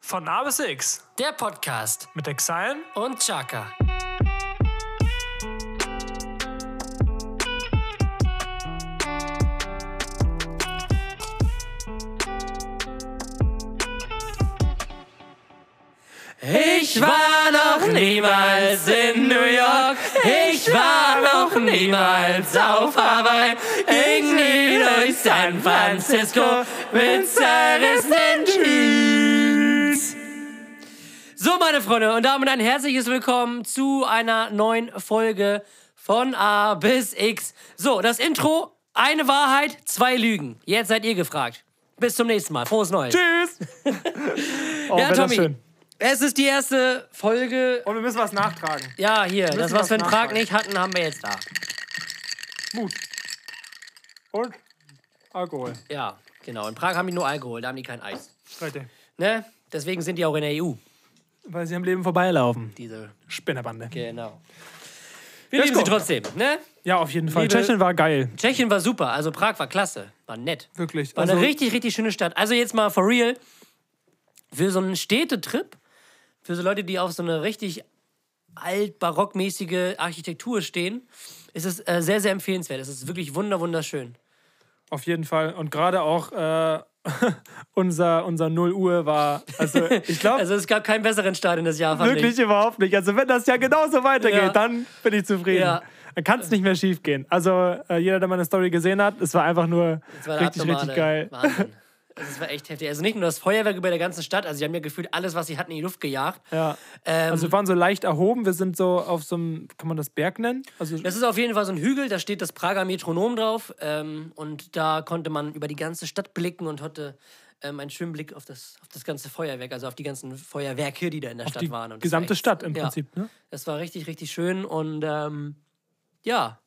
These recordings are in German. Von A bis X Der Podcast mit Exilen und Chaka. Ich war noch niemals in New York. Ich war noch niemals auf Hawaii. Ich nie durch San Francisco mit zerrissenen Jeans. So, meine Freunde und Damen und Herren, herzliches Willkommen zu einer neuen Folge von A bis X. So, das Intro, eine Wahrheit, zwei Lügen. Jetzt seid ihr gefragt. Bis zum nächsten Mal. Frohes Neues. Tschüss. oh, Ja, wär das Tommy. schön. Es ist die erste Folge. Und wir müssen was nachtragen. Ja, hier, das, wir was wir in was Prag nachfragen. nicht hatten, haben wir jetzt da. Mut. Und Alkohol. Ja, genau. In Prag haben die nur Alkohol, da haben die kein Eis. Leute, Ne? Deswegen sind die auch in der EU, weil sie am Leben vorbeilaufen. diese. Spinnerbande. Genau. Wir Let's lieben sie go. trotzdem, ne? Ja, auf jeden Fall. Liebe- Tschechien war geil. Tschechien war super, also Prag war klasse, war nett. Wirklich. War Also- eine richtig, richtig schöne Stadt. Also jetzt mal for real, für so einen Städtetrip, für so Leute, die auf so eine richtig alt-barockmäßige Architektur stehen, ist es äh, sehr, sehr empfehlenswert. Es ist wirklich wunder, wunderschön. Auf jeden Fall. Und gerade auch äh, unser, unser 0 Uhr war, also ich glaube, Also es gab keinen besseren Start in das Jahr, fand wirklich überhaupt nicht. Also wenn das ja genauso weitergeht, Ja. dann bin ich zufrieden. Ja. Dann kann es nicht mehr schief gehen. Also äh, jeder, der meine Story gesehen hat, es war einfach nur ich. Es war der richtig, abnormale richtig geil. Wahnsinn. Also es war echt heftig. Also nicht nur das Feuerwerk über der ganzen Stadt, also sie haben ja gefühlt alles, was sie hatten, in die Luft gejagt. Ja. Ähm, Also wir waren so leicht erhoben. Wir sind so auf so einem, kann man das Berg nennen? Also Das ist auf jeden Fall so ein Hügel, da steht das Prager Metronom drauf. Ähm, und da konnte man über die ganze Stadt blicken und hatte ähm, einen schönen Blick auf das, auf das ganze Feuerwerk, also auf die ganzen Feuerwerke, die da in der Stadt die waren. Und das war gesamte echt- Stadt im ja, Prinzip. Ne? Das war richtig, richtig schön und ähm, ja,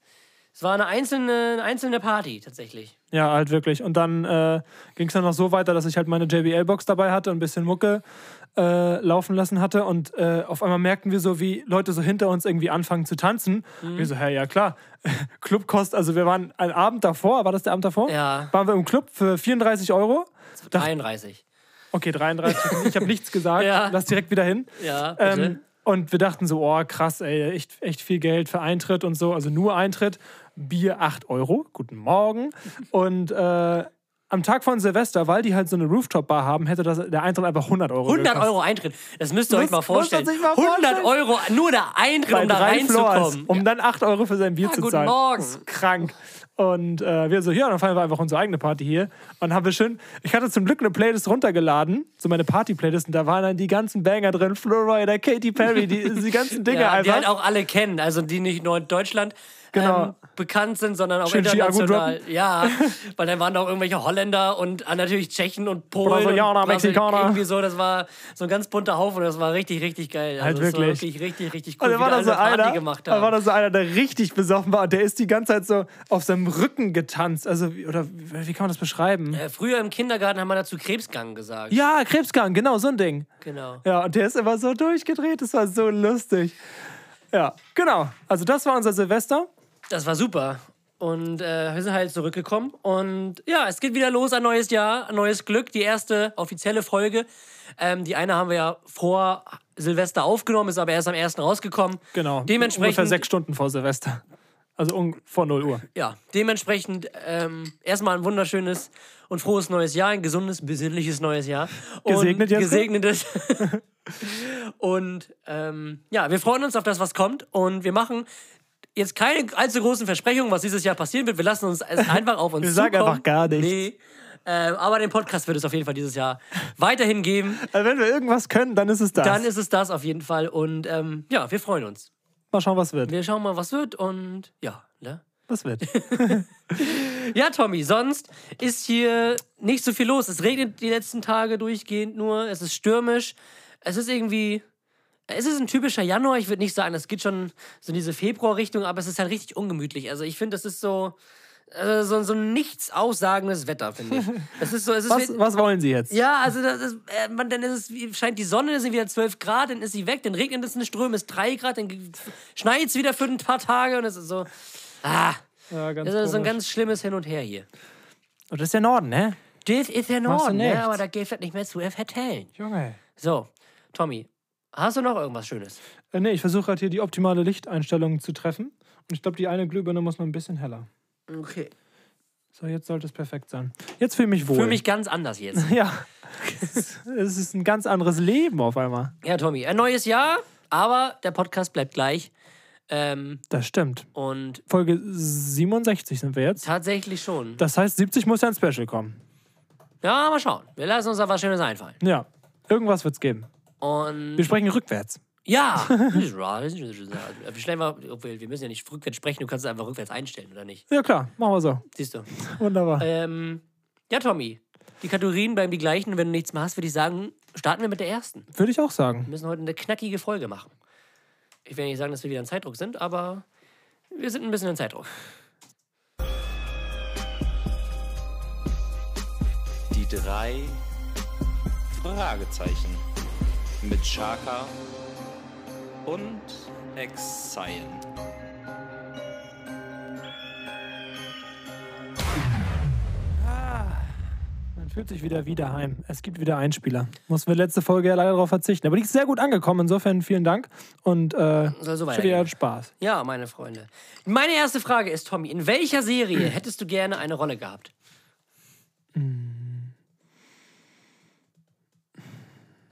es war eine einzelne, eine einzelne Party tatsächlich. Ja, halt wirklich. Und dann äh, ging es dann noch so weiter, dass ich halt meine JBL-Box dabei hatte und ein bisschen Mucke äh, laufen lassen hatte. Und äh, auf einmal merkten wir so, wie Leute so hinter uns irgendwie anfangen zu tanzen. Wir so, hey, ja klar, Clubkost, also wir waren einen Abend davor, war das der Abend davor? Ja. Waren wir im Club für 34 Euro. Dach- 33. okay, 33, ich habe nichts gesagt, Ja. lass direkt wieder hin. Ja, bitte. Ähm, und wir dachten so, oh krass, ey, echt, echt viel Geld für Eintritt und so, also nur Eintritt. Bier 8 Euro, guten Morgen. Und äh, am Tag von Silvester, weil die halt so eine Rooftop-Bar haben, hätte das, der Eintritt einfach 100 Euro 100 gekostet. Euro Eintritt, das müsst ihr Muss- euch mal muss man sich vorstellen. mal 100 vorstellen. Euro, nur der Eintritt, Bei um da drei Floors, reinzukommen. um dann 8 Euro für sein Bier Ja, zu guten zahlen. Morgen. Das ist krank. Und äh, wir so, ja, dann feiern wir einfach unsere eigene Party hier. Und haben wir schön, ich hatte zum Glück eine Playlist runtergeladen, so meine Party-Playlist, und da waren dann die ganzen Banger drin, Flo Rida, Katy Perry, die, die ganzen Dinge Ja, einfach. die halt auch alle kennen, also die nicht nur in Deutschland Genau. ähm, bekannt sind, sondern auch Schön Chiago international. Ja, weil dann waren da auch irgendwelche Holländer und äh, natürlich Tschechen und Polen. Brasilianer, und Brasil- Mexikaner. Irgendwie so, das war so ein ganz bunter Haufen und das war richtig, richtig geil. Halt Also das wirklich. War wirklich richtig, richtig cool, Und dann war wie da so alle eine Party einer, gemacht da haben. war da so einer, der richtig besoffen war und der ist die ganze Zeit so auf seinem Rücken getanzt. Also, wie- oder wie, wie kann man das beschreiben? äh, früher im Kindergarten haben wir dazu Krebsgang gesagt. Ja, Krebsgang, genau, so ein Ding. Genau. Ja, und der ist immer so durchgedreht, das war so lustig. Ja, genau. Also, das war unser Silvester. Das war super. Und äh, wir sind halt zurückgekommen. Und ja, es geht wieder los, ein neues Jahr, ein neues Glück. Die erste offizielle Folge. Ähm, die eine haben wir ja vor Silvester aufgenommen, ist aber erst am 1. rausgekommen. Genau. Ungefähr Dementsprechend, sechs Stunden vor Silvester. Also un- vor 0 Uhr. ja, dementsprechend ähm, erstmal ein wunderschönes und frohes neues Jahr, ein gesundes, besinnliches neues Jahr. Und Gesegnet, Jenske? Gesegnetes. und ähm, ja, wir freuen uns auf das, was kommt. Und wir machen jetzt keine allzu großen Versprechungen, was dieses Jahr passieren wird. Wir lassen uns es einfach auf uns Wir zukommen. sagen einfach gar nichts. Nee. Ähm, aber den Podcast wird es auf jeden Fall dieses Jahr weiterhin geben. Also, wenn wir irgendwas können, dann ist es das. Dann ist es das auf jeden Fall. Und ähm, ja, wir freuen uns. mal schauen, was wird. Wir schauen mal, was wird. Und ja, ne? Was wird. Ja, Tommy, sonst ist hier nicht so viel los. Es regnet die letzten Tage durchgehend nur, es ist stürmisch. Es ist irgendwie. Es ist ein typischer Januar, ich würde nicht sagen, es geht schon so in diese Februar-Richtung, aber es ist halt richtig ungemütlich. Also ich finde, das ist so. Also so, so ein nichts aussagendes Wetter, finde ich. Es ist so, es ist Was, was wollen Sie jetzt? ja, also das ist, äh, man, dann ist es, wie- scheint die Sonne, dann sind wieder 12 Grad, dann ist sie weg, dann regnet es in den Strömen, ist 3 Grad, dann schneit es wieder für ein paar Tage und es ist so. Ah, Ja, ganz das ist so ein komisch. ganz schlimmes Hin und Her hier. Und das ist der Norden, ne? Das ist ja in Machst du Ordnung, nichts. halt ne? aber da geht das nicht mehr zu erzählen. Junge. So, Tommy, hast du noch irgendwas Schönes? Äh, nee, ich versuche gerade hier die optimale Lichteinstellung zu treffen. Und ich glaube, die eine Glühbirne muss noch ein bisschen heller. Okay. So, jetzt sollte es perfekt sein. Jetzt fühle ich mich wohl. Fühle mich ganz anders jetzt. Ja. es ist ein ganz anderes Leben auf einmal. Ja, Tommy, ein neues Jahr, aber der Podcast bleibt gleich. Ähm, Das stimmt. und Folge 67 sind wir jetzt. tatsächlich schon. Das heißt, 70 muss ja ein Special kommen. Ja, mal schauen. Wir lassen uns da was Schönes einfallen. Ja. Irgendwas wird's geben. Und Wir sprechen rückwärts. ja, wir stellen mal, obwohl, wir müssen ja nicht rückwärts sprechen, du kannst es einfach rückwärts einstellen, oder nicht? Ja, klar. Machen wir so. Äh, Siehst du. Wunderbar. Ähm, ja, Tommy, die Kategorien bleiben die gleichen. Wenn du nichts mehr hast, würde ich sagen, starten wir mit der ersten. Würde ich auch sagen. Wir müssen heute eine knackige Folge machen. Ich will nicht sagen, dass wir wieder in Zeitdruck sind, aber wir sind ein bisschen in Zeitdruck. Die drei Fragezeichen mit Chaka und Exile. Man fühlt sich wieder wie daheim. Es gibt wieder Einspieler. Mussten wir letzte Folge ja leider darauf verzichten. Aber die ist sehr gut angekommen. Insofern vielen Dank. Und äh, Soll so ich hoffe, weitergehen. ihr hat Spaß. Ja, meine Freunde. Meine erste Frage ist, Tommy, in welcher Serie hättest du gerne eine Rolle gehabt?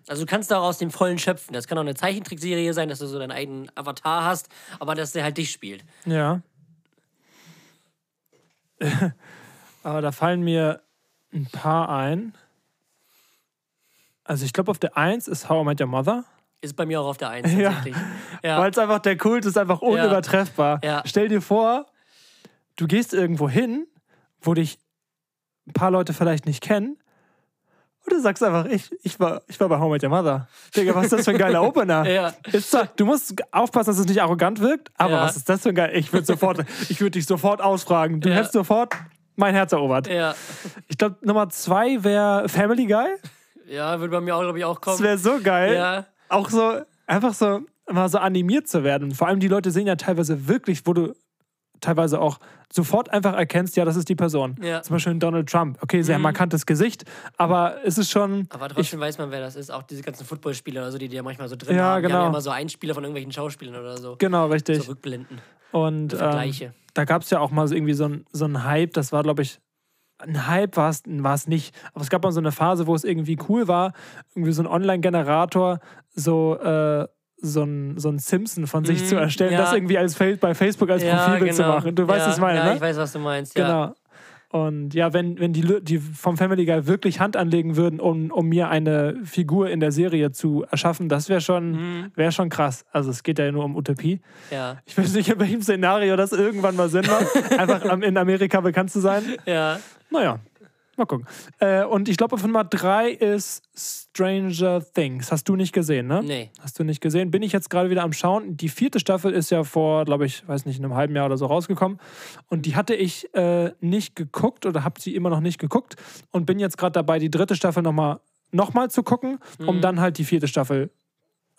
Also du kannst daraus den vollen schöpfen. Das kann auch eine Zeichentrickserie sein, dass du so deinen eigenen Avatar hast, aber dass der halt dich spielt. Ja. Aber da fallen mir ein paar ein. Also ich glaube, auf der 1 ist How I Met Your Mother. Ist bei mir auch auf der Eins Ja. tatsächlich. Ja. Weil es einfach, der Kult ist einfach unübertreffbar. Ja. Stell dir vor, du gehst irgendwo hin, wo dich ein paar Leute vielleicht nicht kennen. Und du sagst einfach, ich, ich, war, ich war bei Home with Your Mother. Digga, was ist das für ein geiler Opener? Ja. Ist zwar, du musst aufpassen, dass es nicht arrogant wirkt, aber Ja. was ist das für ein geiler... Ich würde sofort, ich würd dich sofort ausfragen. Du Ja. hättest sofort mein Herz erobert. Ja, Ich glaube, Nummer zwei wäre Family Guy. ja würde bei mir auch, glaube ich, auch kommen. Das wäre so geil. Ja. Auch so, einfach so, mal so animiert zu werden. Vor allem die Leute sehen ja teilweise wirklich, wo du teilweise auch sofort einfach erkennst, ja, das ist die Person. Ja. Mhm. Zum Beispiel ein Donald Trump. Okay, sehr markantes Gesicht, aber es ist schon. Aber trotzdem weiß man, wer das ist. Auch diese ganzen Footballspieler oder so, die die ja manchmal so drin Ja, haben. Die haben genau. ja immer so Einspieler von irgendwelchen Schauspielern oder so. Genau, richtig. So rückblenden. Und ähm, Vergleiche. da gab es ja auch mal so irgendwie so ein, so ein Hype, das war, glaube ich, ein Hype war es war es nicht. Aber es gab mal so eine Phase, wo es irgendwie cool war, irgendwie so ein Online-Generator, so, äh, so ein, so ein Simpson von sich Mm, zu erstellen, ja. genau. das irgendwie als Fa- bei Facebook als Profilbild zu machen. Du weißt, ja, was ich meine, ja, ne? ich weiß, was du meinst. Ja. Genau. Und ja, wenn, wenn die, Lü- die vom Family Guy wirklich Hand anlegen würden, um, um mir eine Figur in der Serie zu erschaffen, das wäre Mhm. schon, wär schon krass. Also es geht ja nur um Utopie. Ja. Ich weiß nicht, in welchem Szenario das irgendwann mal Sinn macht, einfach am, in Amerika bekannt zu sein. ja. Naja, mal gucken. Äh, und ich glaube, von Nummer 3 ist Stranger Things. Hast du nicht gesehen, ne? Nee. Hast du nicht gesehen. Bin ich jetzt gerade wieder am Schauen. Die vierte Staffel ist ja vor, glaube ich, weiß nicht, einem halben Jahr oder so rausgekommen. Und die hatte ich äh, nicht geguckt oder habe sie immer noch nicht geguckt und bin jetzt gerade dabei, die dritte Staffel nochmal noch mal zu gucken, um dann halt die vierte Staffel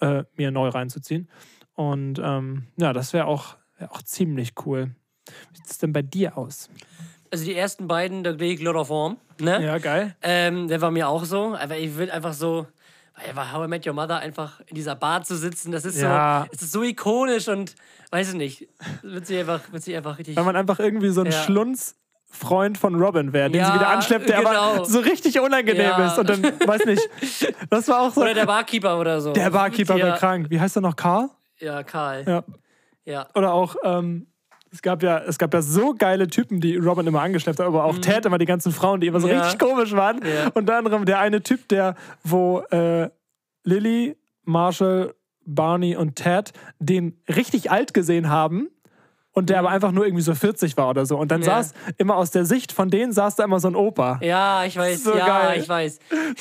äh, mir neu reinzuziehen. Und ähm, ja, das wäre auch, wär auch ziemlich cool. Wie sieht es denn bei dir aus? Also die ersten beiden, da lege ich Lord of Warm. Ne? Ja, geil. Ähm, der war mir auch so. Aber ich will einfach so. Weil How I Met Your Mother einfach in dieser Bar zu sitzen, das ist Ja. so, es ist so ikonisch und weiß ich nicht, wird sie einfach, wird sie einfach richtig. Wenn man einfach irgendwie so ein Ja. Schlunzfreund von Robin wäre, den Ja, sie wieder anschleppt, der genau. aber so richtig unangenehm Ja. ist. Und dann, weiß nicht, das war auch so. Oder der Barkeeper oder so. Der Barkeeper ja, war krank. Wie heißt er noch? Karl? Ja, Karl. Ja. ja. Oder auch, ähm, es gab ja, es gab ja so geile Typen, die Robin immer angeschleppt hat, aber auch Ted immer die ganzen Frauen, die immer so Mhm. Ja. richtig komisch waren. Ja. Unter anderem der eine Typ, der, wo äh, Lily, Marshall, Barney und Ted den richtig alt gesehen haben. Und der aber einfach nur irgendwie so 40 war oder so. Und dann Mhm. Ja. saß immer aus der Sicht von denen saß da immer so ein Opa. Ja, ich weiß. So ja, geil. ich weiß.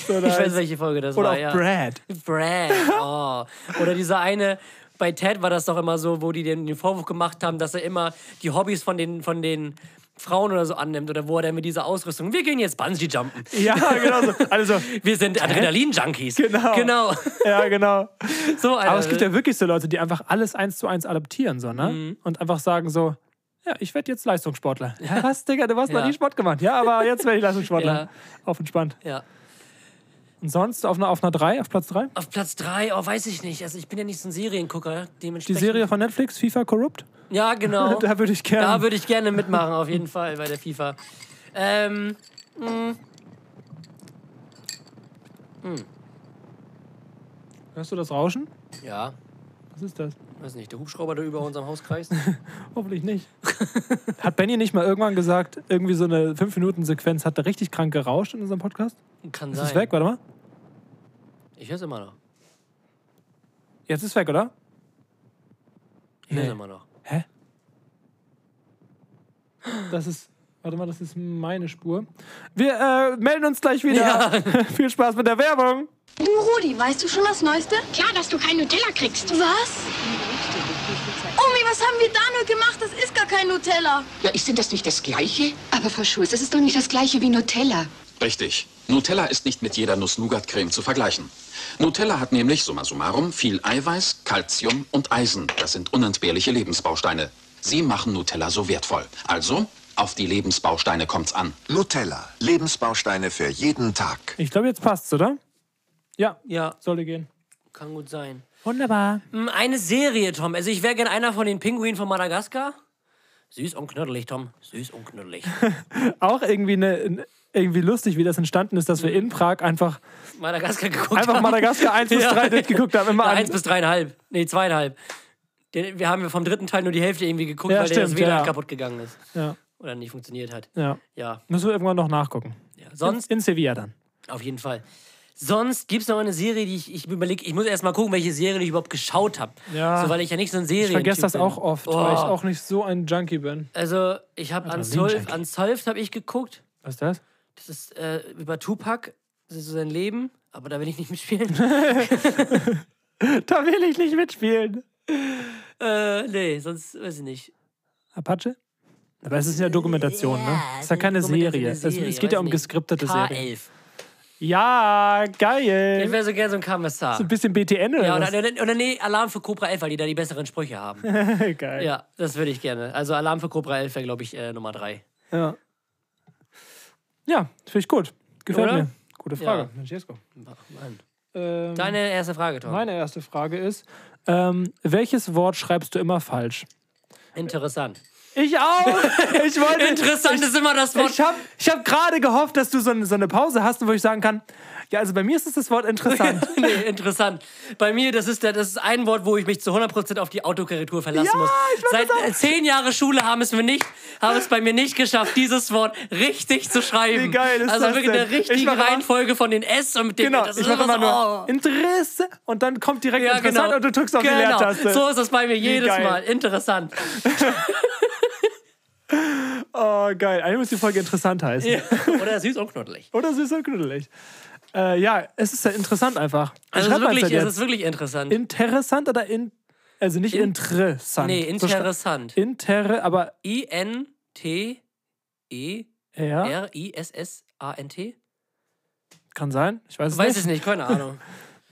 So, da Ich weiß, ist- welche Folge das oder war. auch ja. Brad. Brad. Oh. Oder dieser eine. Bei Ted war das doch immer so, wo die den, den Vorwurf gemacht haben, dass er immer die Hobbys von den, von den Frauen oder so annimmt. Oder wo er dann mit dieser Ausrüstung. Wir gehen jetzt Bungee jumpen. Ja, genau so. Also, Wir sind Adrenalin-Junkies. Genau. Genau. ja, genau. So, Alter. Aber es gibt ja wirklich so Leute, die einfach alles eins zu eins adaptieren, so, ne? Und einfach sagen so, ja, ich werde jetzt Leistungssportler. Ja, was, Digga, du hast Ja. noch nie Sport gemacht. Ja, aber jetzt werde ich Leistungssportler. Ja. Auf entspannt. Ja. Und sonst auf einer, auf einer 3, auf Platz 3? Auf Platz 3, oh, weiß ich nicht. Also ich bin ja nicht so ein Seriengucker. Die Dementsprechend. Serie von Netflix, FIFA Corrupt? Ja, genau. Da würde ich gerne. Da würde ich gerne mitmachen, auf jeden Fall, bei der FIFA. Ähm, Hörst du das Rauschen? ja, Was ist das? weiß nicht, der Hubschrauber, der über unserem Haus kreist. Hoffentlich nicht. hat Benny nicht mal irgendwann gesagt, irgendwie so eine 5-Minuten-Sequenz hat da richtig krank gerauscht in unserem Podcast? Kann Ist sein. es weg? Warte mal. Ich höre es immer noch. Jetzt ist es weg, oder? Ich höre es Nee. immer noch. Hä? Das ist. Warte mal, das ist meine Spur. Wir äh, melden uns gleich wieder. Viel Spaß mit der Werbung. Du, Rudi, weißt du schon das Neueste? Klar, dass du kein Nutella kriegst. Was? Omi, was haben wir da nur gemacht? Das ist gar kein Nutella. Ja, ist denn das nicht das Gleiche? Aber Frau Schulz, das ist doch nicht das gleiche wie Nutella. Richtig. Nutella ist nicht mit jeder Nuss-Nougat-Creme zu vergleichen. Nutella hat nämlich, summa summarum, viel Eiweiß, Calcium und Eisen. Das sind unentbehrliche Lebensbausteine. Sie machen Nutella so wertvoll. Also, auf die Lebensbausteine kommt's an. Nutella. Lebensbausteine für jeden Tag. Ich glaube, jetzt passt's, oder? Ja, Ja, sollte gehen. kann gut sein. Wunderbar. Hm, Eine Serie, Tom. Also ich wäre gern einer von den Pinguinen von Madagaskar. Süß und knuddelig, Tom. Süß und knuddelig. Auch irgendwie, eine, irgendwie lustig, wie das entstanden ist, dass wir in Prag einfach, Madagaskar geguckt einfach haben. Madagaskar 1 bis 3 durchgeguckt haben. Immer Na, an- eins bis dreieinhalb. Nee, zweieinhalb. Den, wir haben ja vom dritten Teil nur die Hälfte irgendwie geguckt, Ja, weil der das stimmt, WLAN ja. kaputt gegangen ist. Ja. Oder nicht funktioniert hat. ja. Ja. Müssen wir irgendwann noch nachgucken. ja. Sonst, In Sevilla dann. auf jeden Fall. Sonst gibt es noch eine Serie, die ich, ich überlege, ich muss erst mal gucken, welche Serie ich überhaupt geschaut habe. Ja. So, weil ich ja nicht so ein Serien Ich vergesse das bin. auch oft, Oh. weil ich auch nicht so ein Junkie bin. Also, ich habe Unsolved, Unsolved habe ich geguckt. Was ist das? Das ist äh, über Tupac, das ist so sein Leben, aber da will ich nicht mitspielen. Da will ich nicht mitspielen. äh, nee, sonst weiß ich nicht. Apache? Aber es ist ja Dokumentation, ne? Es ist ja keine Serie. Es, es geht ja um geskriptete K11. Serien. Ja, Ich geil. wäre so gern so ein Kommissar. Ein bisschen BTN oder Ja, was? oder, oder, oder nee, Alarm für Cobra 11, weil die da die besseren Sprüche haben. geil. ja, das würde ich gerne. Also Alarm für Cobra 11 wäre, glaube ich, äh, Nummer 3. Ja, ja finde ich gut. Gefällt Oder? mir. Gute Frage. Ja. Francesco. Mann. Ähm, Deine erste Frage, Tom. meine erste Frage ist, ähm, welches Wort schreibst du immer falsch? Interessant. Ich auch. Ich wollte, Interessant ist immer das Wort. Ich habe ich hab gerade gehofft, dass du so eine, so eine Pause hast, wo ich sagen kann, ja, also bei mir ist es das Wort interessant. nee, interessant. Bei mir, das ist, der- das ist ein Wort, wo ich mich zu 100% auf die Autokorrektur verlassen muss. Seit äh, zehn Jahre Schule haben es mir nicht, haben es bei mir nicht geschafft, dieses Wort richtig zu schreiben. Wie geil ist also das wirklich in der denn? Ich richtigen mach immer- Reihenfolge von den S und mit dem genau, das ich mache immer nur oh. Interesse und dann kommt direkt interessant und du drückst auf genau. die Leertaste. So ist es bei mir jedes geil. Mal. Interessant. Oh, geil. Eigentlich muss die Folge interessant heißen. Oder süß und knuddelig. Oder süß und knuddelig. Äh, ja, es ist ja interessant einfach. Also es Schreibt ist man's wirklich, halt es ist wirklich interessant. Interessant oder in. Also nicht interessant. nee, So schreibt- interessant. Inter, aber I-N-T-E-R-I-S-S-A-N-T. E ja, kann sein. Ich weiß es Weiß nicht. es nicht, keine Ahnung.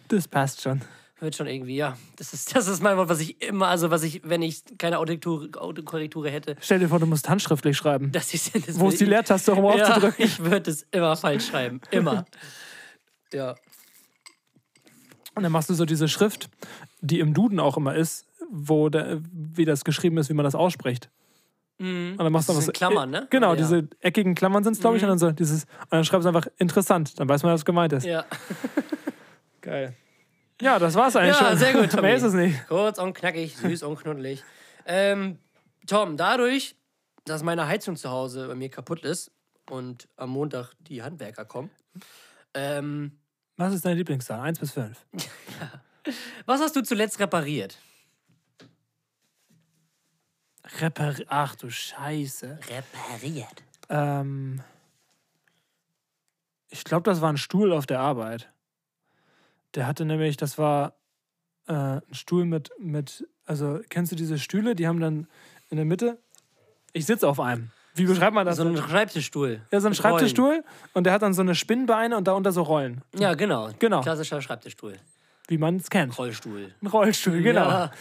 Das passt schon. Wird schon irgendwie, ja. Das ist, das ist mein Wort, was ich immer, also was ich, wenn ich keine Autokorrektur, Autokorrektur hätte, Stell dir vor, du musst handschriftlich schreiben. dass ich das Wo ist die Leertaste, um ja, aufzudrücken? Ich würde es immer falsch schreiben. Immer. ja. Und dann machst du so diese Schrift, die im Duden auch immer ist, wo da, wie das geschrieben ist, wie man das ausspricht. Und dann machst du Das einfach so, sind Mhm. Klammern, ne? Genau, Ja. Mhm. diese eckigen Klammern sind es, glaube ich. Und, dann so dieses, und dann schreibst du einfach interessant. Dann weiß man, was gemeint ist. Ja. Geil. Ja, das war's eigentlich Ja, schon. sehr gut, Tommy. Mehr ist es nicht. Kurz und knackig, süß und knuddelig. Ähm, Tom, dadurch, dass meine Heizung zu Hause bei mir kaputt ist und am Montag die Handwerker kommen, ähm, Was ist deine Lieblingszahl? 1 bis 5. was hast du zuletzt repariert? Repar Ach du Scheiße. Repariert. Ähm, ich glaube, das war ein Stuhl auf der Arbeit. Der hatte nämlich, das war äh, ein Stuhl mit, mit, also kennst du diese Stühle, die haben dann in der Mitte, ich sitze auf einem. Wie beschreibt man das? So ein Schreibtischstuhl. ja, so ein Mit Rollen. Schreibtischstuhl und der hat dann so eine Spinnbeine und darunter so Rollen, Ja, genau. Genau. Klassischer Schreibtischstuhl. wie man es kennt. Rollstuhl. Ein Rollstuhl, genau. Ja. Mhm.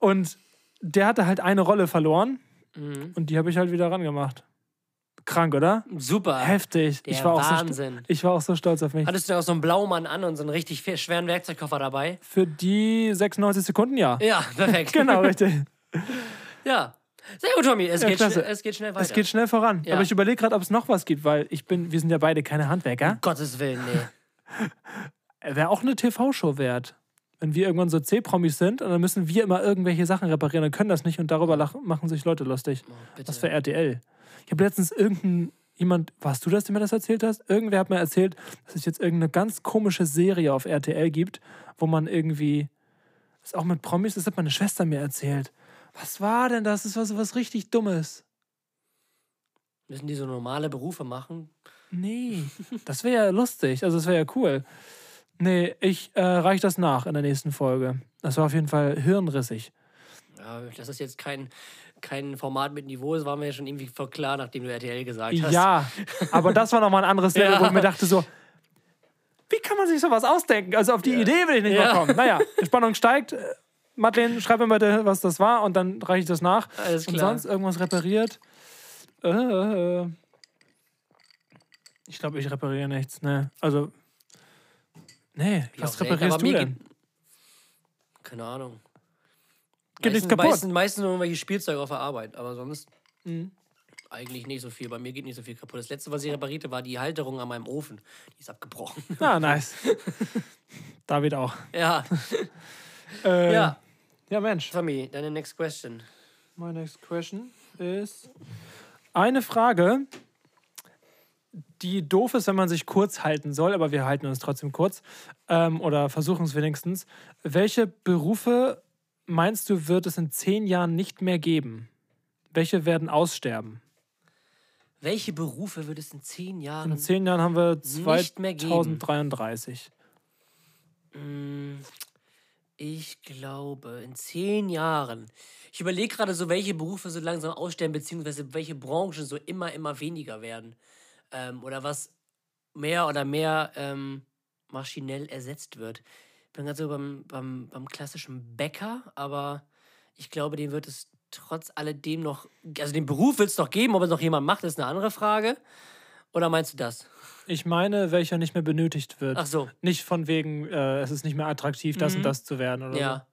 Und der hatte halt eine Rolle verloren und die habe ich halt wieder rangemacht. Krank, oder? Super. Heftig. Der ich, war auch So, Wahnsinn. st- ich war auch so stolz auf mich. Hattest du denn auch so einen Blaumann an und so einen richtig fe- schweren Werkzeugkoffer dabei? Für die 96 Sekunden ja. Ja, perfekt. Genau, richtig. Ja. Sehr gut, Tommy. Es, Ja, geht, klasse. schn- es geht schnell weiter. Es geht schnell voran. Ja. Aber ich überlege gerade, ob es noch was gibt, weil ich bin, wir sind ja beide keine Handwerker. Gottes Willen, nee. Wäre auch eine TV-Show wert. Wenn wir irgendwann so C-Promis sind und dann müssen wir immer irgendwelche Sachen reparieren und können das nicht und darüber lach, machen sich Leute lustig. bitte. Was für RTL. Ich habe letztens irgendein, jemand, warst du das, der mir das erzählt hast? Irgendwer hat mir erzählt, dass es jetzt irgendeine ganz komische Serie auf RTL gibt, wo man irgendwie, das ist auch mit Promis, das hat meine Schwester mir erzählt. Was war denn das? Das war so was richtig Dummes. Müssen die so normale Berufe machen? Nee, das wäre ja lustig. Also, das wäre ja cool. Nee, ich äh, reich das nach in der nächsten Folge. Das war auf jeden Fall hirnrissig. Ja, das ist jetzt kein, kein Format mit Niveau, das war mir ja schon irgendwie voll klar, nachdem du RTL gesagt hast. Ja, aber das war nochmal ein anderes Level, wo ich mir dachte so, wie kann man sich sowas ausdenken? Also auf die Idee will ich nicht Ja. mal kommen. Naja, die Spannung steigt. Äh, Madeleine, schreib mir mal, was das war und dann reiche ich das nach. Alles Und klar. sonst irgendwas repariert. Äh, ich glaube, ich repariere nichts. Ne, also, nee, was auch nicht, reparierst aber du mir denn? Keine Ahnung. Geht nichts Meistens- kaputt. Meistens, meistens nur irgendwelche Spielzeug auf der Arbeit, aber sonst Mhm. eigentlich nicht so viel. Bei mir geht nicht so viel kaputt. Das letzte, was ich reparierte, war die Halterung an meinem Ofen. Die ist abgebrochen. Ah, nice. David auch. ja. Äh, ja. ja, Mensch. Tommy, deine next question. My next question is. Eine Frage, die doof ist, wenn man sich kurz halten soll, aber wir halten uns trotzdem kurz ähm, oder versuchen es wenigstens. Welche Berufe meinst du, wird es in zehn Jahren nicht mehr geben? Welche werden aussterben? Welche Berufe wird es in zehn Jahren In zehn Jahren haben wir Nicht mehr geben. 2033. Hm, Ich glaube, in zehn Jahren. Ich überlege gerade so, welche Berufe so langsam aussterben, beziehungsweise welche Branchen so immer, immer weniger werden. Ähm, oder was mehr oder mehr ähm, maschinell ersetzt wird. Ich bin gerade so beim, beim, beim klassischen Bäcker, aber ich glaube, den wird es trotz alledem noch. Also den Beruf wird es noch geben, ob es noch jemand macht, ist eine andere Frage. Oder meinst du das? Ich meine, welcher nicht mehr benötigt wird. Ach so. Nicht von wegen, äh, es ist nicht mehr attraktiv, das und das zu werden oder so. Ja.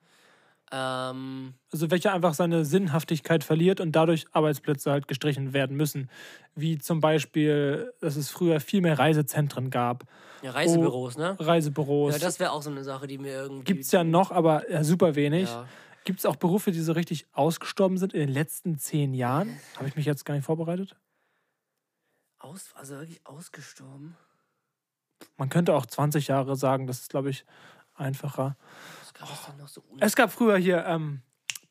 Ähm. also welcher einfach seine Sinnhaftigkeit verliert und dadurch Arbeitsplätze halt gestrichen werden müssen. Wie zum Beispiel, dass es früher viel mehr Reisezentren gab, Ja, Reisebüros, ne? Reisebüros. Ja, das wäre auch so eine Sache, die mir irgendwie. Gibt's ja noch, aber ja, super wenig. Ja. Gibt's auch Berufe, die so richtig ausgestorben sind in den letzten zehn Jahren? Habe ich mich jetzt gar nicht vorbereitet? Aus, also wirklich ausgestorben. Man könnte auch 20 Jahre sagen, das ist, glaube ich, einfacher. Was gab es denn noch so un Oh, Es gab früher hier, ähm,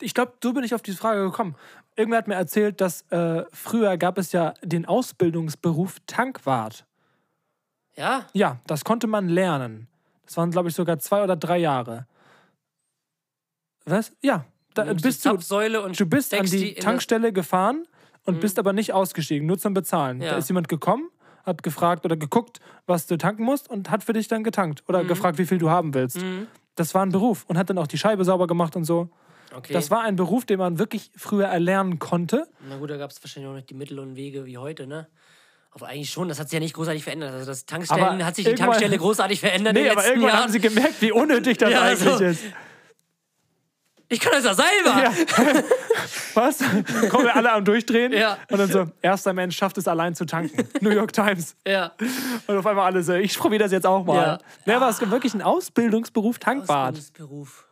ich glaube, so bin ich auf diese Frage gekommen. Irgendwer hat mir erzählt, dass äh, früher gab es ja den Ausbildungsberuf Tankwart. Ja? Ja, das konnte man lernen. Das waren, glaube ich, sogar zwei oder drei Jahre. Was? Ja. Da, Nimmst bist die du, Zapfsäule und du bist an steckst die in das- Tankstelle gefahren und bist aber nicht ausgestiegen, nur zum Bezahlen. Ja. Da ist jemand gekommen, hat gefragt oder geguckt, was du tanken musst und hat für dich dann getankt oder Mhm. gefragt, wie viel du haben willst. Das war ein Beruf und hat dann auch die Scheibe sauber gemacht und so. Okay. Das war ein Beruf, den man wirklich früher erlernen konnte. Na gut, da gab es wahrscheinlich auch nicht die Mittel und Wege wie heute, ne? Aber eigentlich schon, das hat sich ja nicht großartig verändert. Also das Tankstellen Aber hat sich die irgendwann- Tankstelle großartig verändert Nee, in den aber letzten irgendwann Jahren. haben sie gemerkt, wie unnötig das Ja, eigentlich so. ist. ich kann das ja selber. Ja. Was? Kommen wir alle am Durchdrehen? Ja. Und dann so, erster Mensch schafft es allein zu tanken. New York Times. Ja. Und auf einmal alle so, ich probiere das jetzt auch mal. Ja. Ja. aber es gibt wirklich einen Ausbildungsberuf Tankwart. Ausbildungsberuf.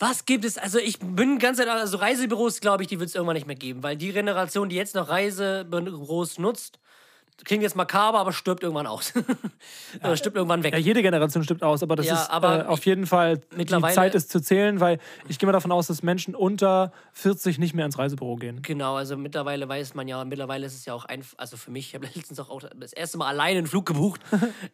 Was gibt es? Also ich bin ganz ehrlich, also Reisebüros, glaube ich, die wird es irgendwann nicht mehr geben, weil die Generation, die jetzt noch Reisebüros nutzt, klingt jetzt makaber, aber stirbt irgendwann aus. Oder stirbt irgendwann weg. Ja, jede Generation stimmt aus, aber das Ja, ist aber äh, auf jeden Fall, mittlerweile- die Zeit ist zu zählen, weil ich gehe mal davon aus, dass Menschen unter 40 nicht mehr ins Reisebüro gehen. Genau, also mittlerweile weiß man ja, mittlerweile ist es ja auch einfach, also für mich, ich habe letztens auch, auch das erste Mal alleine einen Flug gebucht,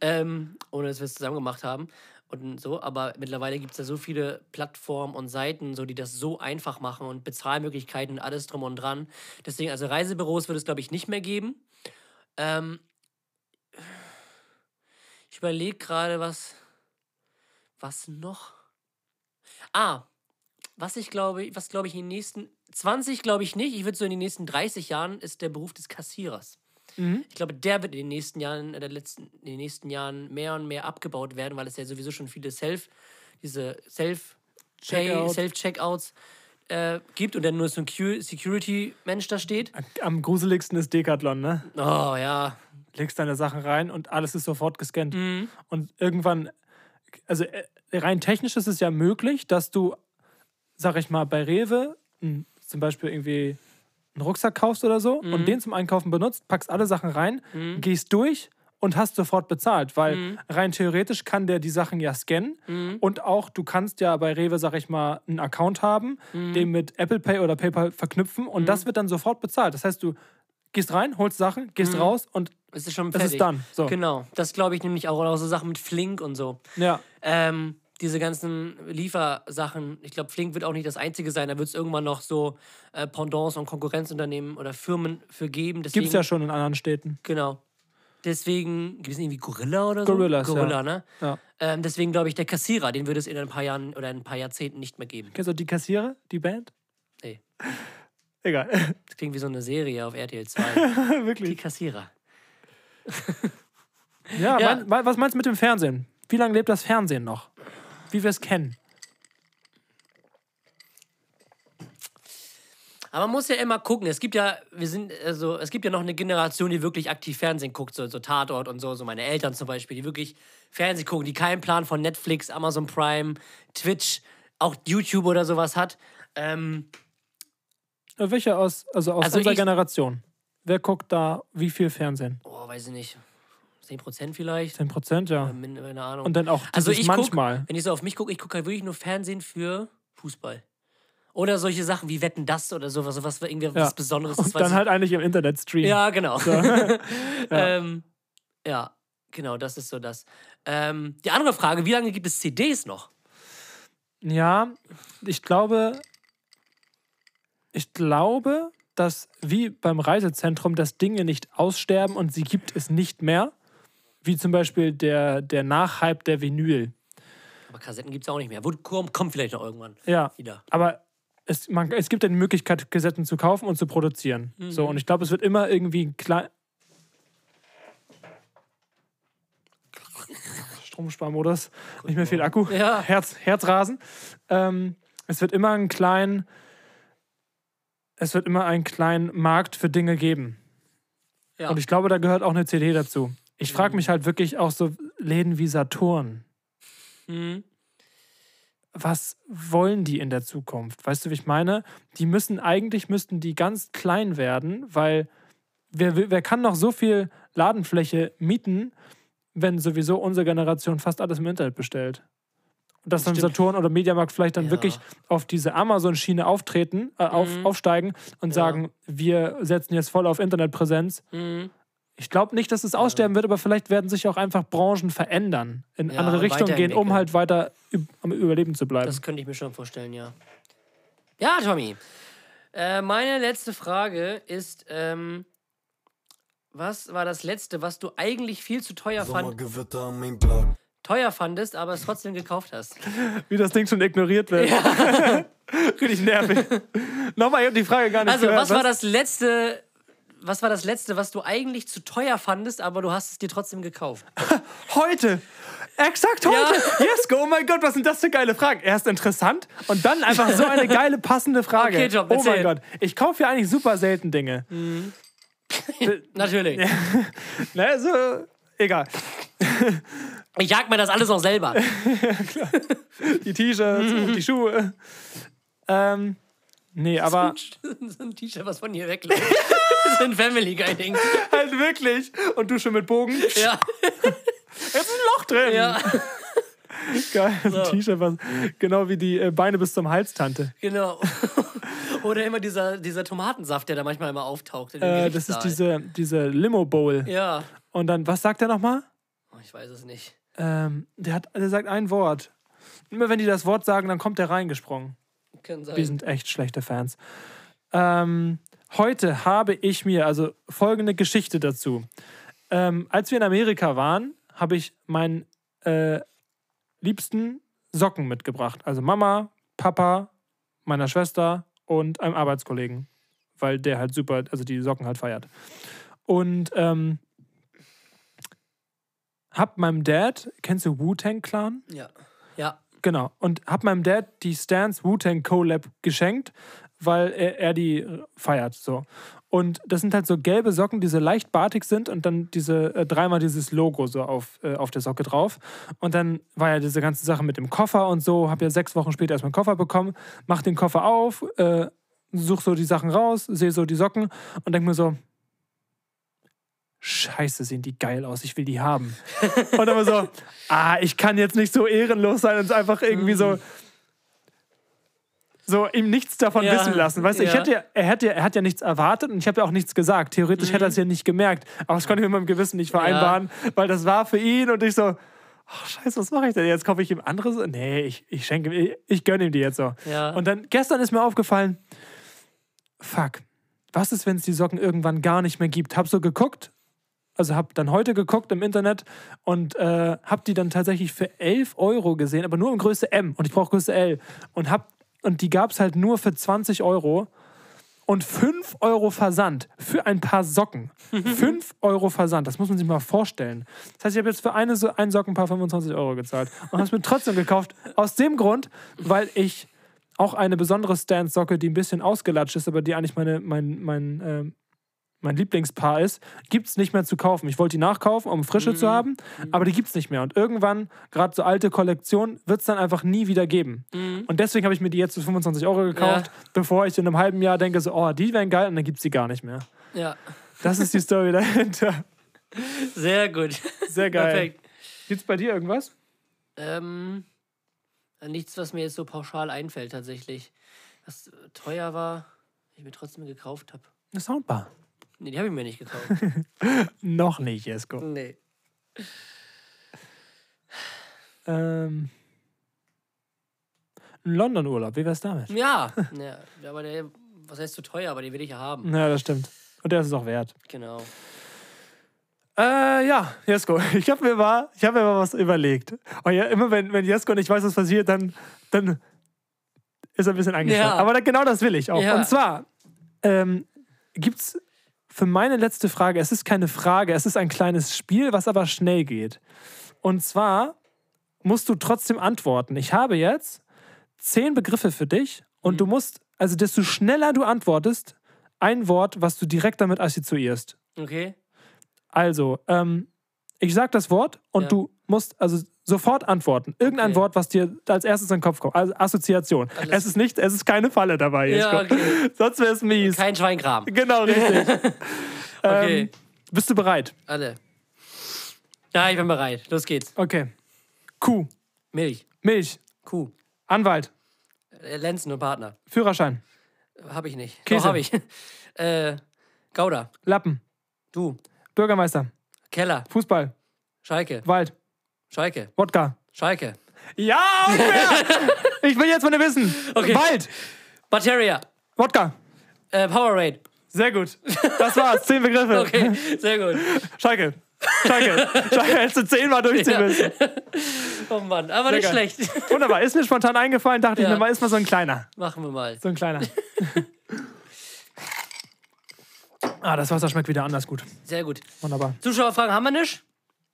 ähm, ohne dass wir es zusammen gemacht haben und so, aber mittlerweile gibt es ja so viele Plattformen und Seiten, so, die das so einfach machen und Bezahlmöglichkeiten und alles drum und dran. Deswegen, also Reisebüros wird es, glaube ich, nicht mehr geben. Ähm, ich überlege gerade, was, was noch? Ah, Was ich glaube, was glaube ich in den nächsten 20 glaube ich nicht, ich würde so in den nächsten 30 Jahren ist der Beruf des Kassierers. Ich glaube, der wird in den nächsten Jahren, äh, der letzten, in den nächsten Jahren mehr und mehr abgebaut werden, weil es ja sowieso schon viele Self, diese Self Pay, Checkout. Self Checkouts äh, gibt und dann nur so ein Q- Security-Mensch da steht. Am gruseligsten ist Decathlon, ne? Oh ja, legst deine Sachen rein und alles ist sofort gescannt. Und irgendwann, also äh, rein technisch ist es ja möglich, dass du, sag ich mal, bei Rewe m, zum Beispiel irgendwie einen Rucksack kaufst oder so und den zum Einkaufen benutzt, packst alle Sachen rein, gehst durch und hast sofort bezahlt, weil rein theoretisch kann der die Sachen ja scannen und auch du kannst ja bei Rewe, sag ich mal, einen Account haben, den mit Apple Pay oder PayPal verknüpfen und das wird dann sofort bezahlt. Das heißt, du gehst rein, holst Sachen, gehst raus und es ist schon Es fertig. ist done, so. Genau, das glaube ich nämlich auch. Und auch so Sachen mit Flink und so. ja. Ähm, diese ganzen Liefersachen, ich glaube, Flink wird auch nicht das einzige sein. Da wird es irgendwann noch so äh, Pendants und Konkurrenzunternehmen oder Firmen für geben. Deswegen, Gibt es ja schon in anderen Städten. Genau. Deswegen, gibt es irgendwie Gorilla oder so? Gorillas, ja. Gorilla, ne? Ja. Ähm, deswegen glaube ich, der Kassierer, den würde es in ein paar Jahren oder in ein paar Jahrzehnten nicht mehr geben. Kennst du die Kassierer, die Band? Nee. Egal, Das klingt wie so eine Serie auf RTL 2. die wirklich. Kassierer. Ja, Ja. Mein, mein, was meinst du mit dem Fernsehen? Wie lange lebt das Fernsehen noch? Wie wir es kennen? Aber man muss ja immer gucken. Es gibt ja, wir sind, also, es gibt ja noch eine Generation, die wirklich aktiv Fernsehen guckt, so, so Tatort und so, so meine Eltern zum Beispiel, die wirklich Fernsehen gucken, die keinen Plan von Netflix, Amazon Prime, Twitch, auch YouTube oder sowas hat. Ähm, Äh, Welche aus, also aus Also unserer ich- Generation? Wer guckt da wie viel Fernsehen? oh, weiß ich nicht. 10% vielleicht? 10 Prozent, ja. Min- Keine Ahnung. Und dann auch also dieses ich manchmal. Guck, wenn ich so auf mich gucke, ich gucke halt wirklich nur Fernsehen für Fußball. Oder solche Sachen wie Wetten das oder sowas, was irgendwie ja. was Besonderes ist. Und was dann ich- halt eigentlich im Internet streamen. Ja, genau. ja. Ähm, ja, genau, das ist so das. Ähm, die andere Frage, wie lange gibt es CDs noch? Ja, ich glaube, ich glaube, dass wie beim Reisezentrum, dass Dinge nicht aussterben und sie gibt es nicht mehr. Wie zum Beispiel der, der Nachhype der Vinyl. Aber Kassetten gibt es auch nicht mehr. Wo- Kommt kommt vielleicht noch irgendwann Ja, wieder. aber es, man, es gibt ja die Möglichkeit, Kassetten zu kaufen und zu produzieren. Mhm. So, und ich glaube, es wird immer irgendwie ein klein. Stromsparmodus, nicht mehr viel Akku. Ja. Herz, Herzrasen. Ähm, es wird immer einen kleinen, es wird immer einen kleinen Markt für Dinge geben. Ja. Mhm. Und ich glaube, da gehört auch eine CD dazu. Ich frage mich halt wirklich auch so Läden wie Saturn Hm. was wollen die in der Zukunft? Weißt du, wie ich meine? Die müssen eigentlich müssten die ganz klein werden, weil wer, will- wer kann noch so viel Ladenfläche mieten, wenn sowieso unsere Generation fast alles im Internet bestellt? Und dass dann Saturn oder Mediamarkt vielleicht dann Ja. Mhm. wirklich auf diese Amazon-Schiene auftreten, äh, auf, aufsteigen und sagen, wir setzen jetzt voll auf Internetpräsenz. Hm. Ich glaube nicht, dass es aussterben wird, aber vielleicht werden sich auch einfach Branchen verändern, in Ja, andere und Richtungen gehen, um weiterentwickeln. halt weiter üb- am Überleben zu bleiben. Das könnte ich mir schon vorstellen, ja. Ja, Tommy. Äh, meine letzte Frage ist, ähm, was war das letzte, was du eigentlich viel zu teuer, fand, Sommergewitter am mein Block. teuer fandest, aber es trotzdem gekauft hast? wie das Ding schon ignoriert wird. Richtig nervig. Nochmal, ich habe die Frage gar nicht Also, gehört. was war das letzte, was war das letzte, was du eigentlich zu teuer fandest, aber du hast es dir trotzdem gekauft? Heute. Exakt heute. Yes, go. Oh mein Gott, was sind das für geile Fragen? Erst interessant und dann einfach so eine geile, passende Frage. Okay, Tom, oh mein erzähl. Mhm. Gott. Ich kaufe ja eigentlich super selten Dinge. Natürlich. Ne, Also, egal. Ich jag mir das alles auch selber. Die T-Shirts Mhm. und die Schuhe. Ähm, nee, aber... so ein T-Shirt, was von hier wegläuft. das ist ein Family Guy Ding. Halt wirklich. Und du schon mit Bogen. Ja. Jetzt ist ein Loch drin. Ja. Geil. Ein T-Shirt, was genau wie die äh, Beine bis zum Hals, Tante. Äh, Genau. Oder immer dieser, dieser Tomatensaft, der da manchmal immer auftaucht. In dem Äh, das ist Gerichtssaal. diese, diese Limo Bowl. Ja. Und dann, was sagt er nochmal? Oh, ich weiß es nicht. Ähm, der, hat, der sagt ein Wort. Immer wenn die das Wort sagen, dann kommt der reingesprungen. Kann Wir sein. sind echt schlechte Fans. Ähm, heute habe ich mir, also folgende Geschichte dazu. Ähm, als wir in Amerika waren, habe ich meinen äh, liebsten Socken mitgebracht. Also Mama, Papa, meiner Schwester und einem Arbeitskollegen, weil der halt super, also die Socken halt feiert. Und ähm, hab meinem Dad, kennst du Wu-Tang Clan? Ja. Ja. Genau. Und hab meinem Dad die Stans Wu-Tang Collab geschenkt, weil er, er die äh, feiert. So. Und das sind halt so gelbe Socken, die so leicht bartig sind und dann diese äh, dreimal dieses Logo so auf, äh, auf der Socke drauf. Und dann war ja diese ganze Sache mit dem Koffer und so. Hab ja sechs Wochen später erst meinen Koffer bekommen, mach den Koffer auf, äh, such so die Sachen raus, sehe so die Socken und denk mir so, Scheiße, sehen die geil aus, ich will die haben. Und dann war so, ah, ich kann jetzt nicht so ehrenlos sein und es einfach irgendwie so, so ihm nichts davon Ja, wissen lassen. Weißt du, ich ja. hätte, ja- er, hätte, ja- er hat ja nichts erwartet und ich habe ja auch nichts gesagt. Theoretisch hätte er Mhm. es ja nicht gemerkt, aber das konnte ich mit meinem Gewissen nicht vereinbaren, weil das war für ihn und ich so, ach Scheiße, was mache ich denn? Jetzt kaufe ich ihm andere. so- Nee, ich, ich schenke ihm, ich, ich gönne ihm die jetzt so. Ja. Und dann gestern ist mir aufgefallen, fuck, was ist, wenn es die Socken irgendwann gar nicht mehr gibt? Hab so geguckt, also hab dann heute geguckt im Internet und äh, hab die dann tatsächlich für 11 Euro gesehen, aber nur in Größe M und ich brauche Größe L. Und, hab, und die gab es halt nur für 20 Euro und 5 Euro Versand für ein paar Socken. 5 Euro Versand, das muss man sich mal vorstellen. Das heißt, ich habe jetzt für eine, so- ein Sockenpaar 25 Euro gezahlt und habe es mir trotzdem gekauft. Aus dem Grund, weil ich auch eine besondere Stance-Socke, die ein bisschen ausgelatscht ist, aber die eigentlich meine, mein, mein, ähm, mein Lieblingspaar ist, gibt es nicht mehr zu kaufen. Ich wollte die nachkaufen, um frische zu haben, aber die gibt es nicht mehr. Und irgendwann, gerade so alte Kollektionen, wird es dann einfach nie wieder geben. Und deswegen habe ich mir die jetzt für 25 Euro gekauft, bevor ich in einem halben Jahr denke, so, oh, die wären geil und dann gibt es die gar nicht mehr. Ja. Das ist die Story dahinter. Sehr gut. Sehr geil. Perfekt. Gibt es bei dir irgendwas? Ähm, nichts, was mir jetzt so pauschal einfällt, tatsächlich. Was teuer war, ich mir trotzdem gekauft habe. Eine Soundbar. Nee, die habe ich mir nicht gekauft. Noch nicht, Jesko. nee. Ähm, ein London-Urlaub, wie wär's damit? Ja. ja. Aber der, was heißt zu teuer, aber den will ich ja haben. Ja, das stimmt. Und der ist es auch wert. Genau. Äh, ja, Jesko. Ich habe mir, mal- ich hab mir mal was überlegt. Und ja, immer wenn, wenn Jesko nicht weiß, was passiert, dann, dann ist er ein bisschen angespannt. Ja. Aber da, genau das will ich auch. Ja. Und zwar ähm, gibt es für meine letzte Frage, es ist keine Frage, es ist ein kleines Spiel, was aber schnell geht. Und zwar musst du trotzdem antworten. Ich habe jetzt zehn Begriffe für dich Mhm. und du musst, also desto schneller du antwortest, ein Wort, was du direkt damit assoziierst. Okay. Also, ähm, ich sag das Wort und Ja. du musst also sofort antworten. Irgendein Okay. Wort, was dir als erstes in den Kopf kommt. Also Assoziation. es ist nicht, es ist keine Falle dabei. Jetzt. Ja, okay. Sonst wäre es mies. Kein Schweinkram. Genau, richtig. Okay. ähm, bist du bereit? Alle. Ja, ich bin bereit. Los geht's. Okay. Kuh, Milch. Milch, Kuh. Anwalt, Äh, Lenzen und Partner. Führerschein, Hab ich nicht. Käse. Doch, hab ich. Äh, Gouda. Lappen, Du. Bürgermeister, Keller. Fußball, Schalke. Wald, Schalke. Wodka. Schalke. Ja, und mehr! ich will jetzt von dir wissen. Okay. Wald, Batteria. Wodka. Äh, Powerade. Sehr gut. Das war's. Zehn Begriffe. Okay, sehr gut. Schalke. Schalke. Schalke hättest du zehnmal durchziehen Ja. müssen. Oh Mann, aber nicht geil. schlecht. Wunderbar. Ist mir spontan eingefallen, dachte Ja. ich mir mal, ist mal so ein kleiner. Machen wir mal. So ein kleiner. ah, das Wasser schmeckt wieder anders gut. Sehr gut. Wunderbar. Zuschauerfragen haben wir nicht.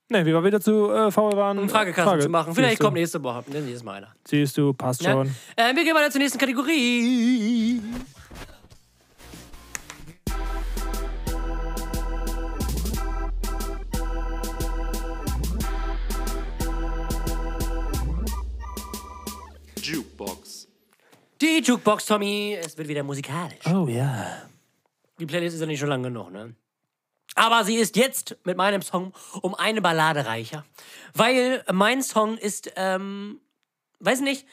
Ne, wir waren wieder zu äh, faul waren. Um äh, Fragekasten zu machen. Vielleicht Siehst du. kommt nächste Woche. Ne, nächstes Mal einer. Siehst du, passt Ja? schon. Äh, wir gehen weiter zur nächsten Kategorie. Jukebox. Die Jukebox, Tommy. Es wird wieder musikalisch. Oh ja. Die Playlist ist ja nicht schon lange genug, ne? Aber sie ist jetzt mit meinem Song um eine Ballade reicher. Weil mein Song ist, ähm, weiß nicht.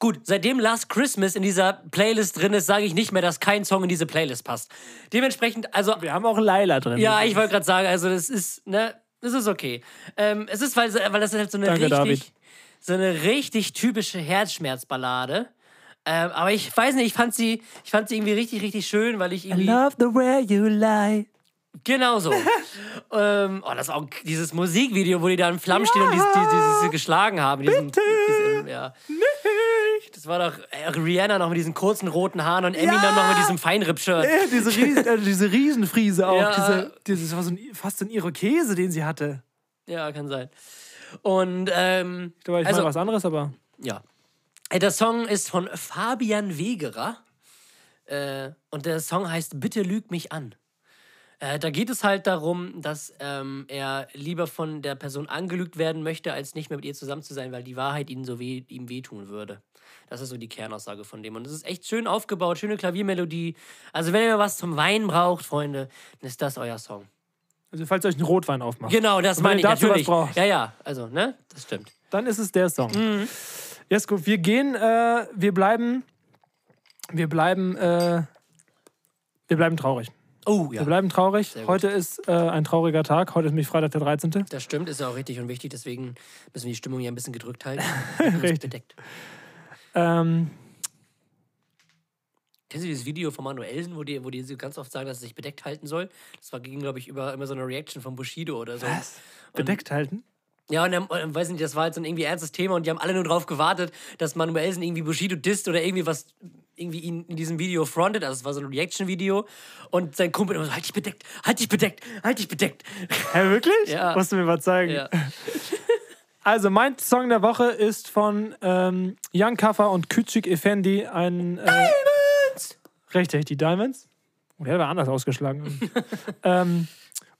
Gut, seitdem Last Christmas in dieser Playlist drin ist, sage ich nicht mehr, dass kein Song in diese Playlist passt. Dementsprechend, also Wir haben auch Laila drin. Ja, ich wollte gerade sagen, also das ist, ne, das ist okay. Ähm, es ist, weil, weil das ist halt so eine Danke, richtig, David. so eine richtig typische Herzschmerzballade. Ähm, aber ich weiß nicht, ich fand sie, ich fand sie irgendwie richtig, richtig schön, weil ich I irgendwie love the way you lie. genau so. ähm, oh, das ist auch dieses Musikvideo, wo die da in Flammen stehen und die, die, die, die sie geschlagen haben. Diesen, Diesen, ja. Nicht. Das war doch äh, Rihanna noch mit diesen kurzen roten Haaren und Eminem Ja! noch mit diesem Feinripp-Shirt. Ja, diese, Riesen, äh, diese Riesenfriese auch. Ja. Diese, dieses war so ein, fast so ein Irokese, den sie hatte. Ja, kann sein. Und, ähm, Da war ich also, mal was anderes, aber. ja. Äh, Der Song ist von Fabian Wegerer. Äh, und der Song heißt Bitte lüg mich an. Äh, da geht es halt darum, dass ähm, er lieber von der Person angelügt werden möchte, als nicht mehr mit ihr zusammen zu sein, weil die Wahrheit ihnen so weh, ihm wehtun würde. Das ist so die Kernaussage von dem. Und es ist echt schön aufgebaut, schöne Klaviermelodie. Also, wenn ihr was zum Weinen braucht, Freunde, dann ist das euer Song. Also, falls ihr euch einen Rotwein aufmacht, Genau, das wenn meine ihr ich dazu was natürlich. braucht. Ja, ja, also, ne? Das stimmt. dann ist es der Song. Yes, gut. Wir gehen, äh, wir bleiben. Wir bleiben, äh, wir bleiben traurig. Oh, ja. Wir bleiben traurig. gut. Heute ist äh, ein trauriger Tag. Heute ist nämlich Freitag der 13. Das stimmt, ist ja auch richtig und wichtig, deswegen müssen wir die Stimmung hier ein bisschen gedrückt halten. Wir haben uns Richtig. Bedeckt. Ähm, Kennst du dieses Video von Manuelsen, wo die, wo die so ganz oft sagen, dass es sich bedeckt halten soll? Das war ging, glaube ich, über immer so eine Reaction von Bushido oder so. bedeckt halten. Ja, und dann, äh, weiß nicht, das war halt so ein irgendwie ernstes Thema und die haben alle nur drauf gewartet, dass Manuelsen irgendwie Bushido disst oder irgendwie was irgendwie ihn in diesem Video frontet. Also es war so ein Reaction-Video und sein Kumpel immer so, halt dich bedeckt, halt dich bedeckt, halt dich bedeckt. Hä, wirklich? Ja. Musst du mir was zeigen. Ja. Also, mein Song der Woche ist von ähm, Young Kaffer und Küçük Effendi. Ein, äh, Diamonds! Richtig, die Diamonds. Oh, der war anders ausgeschlagen. ähm,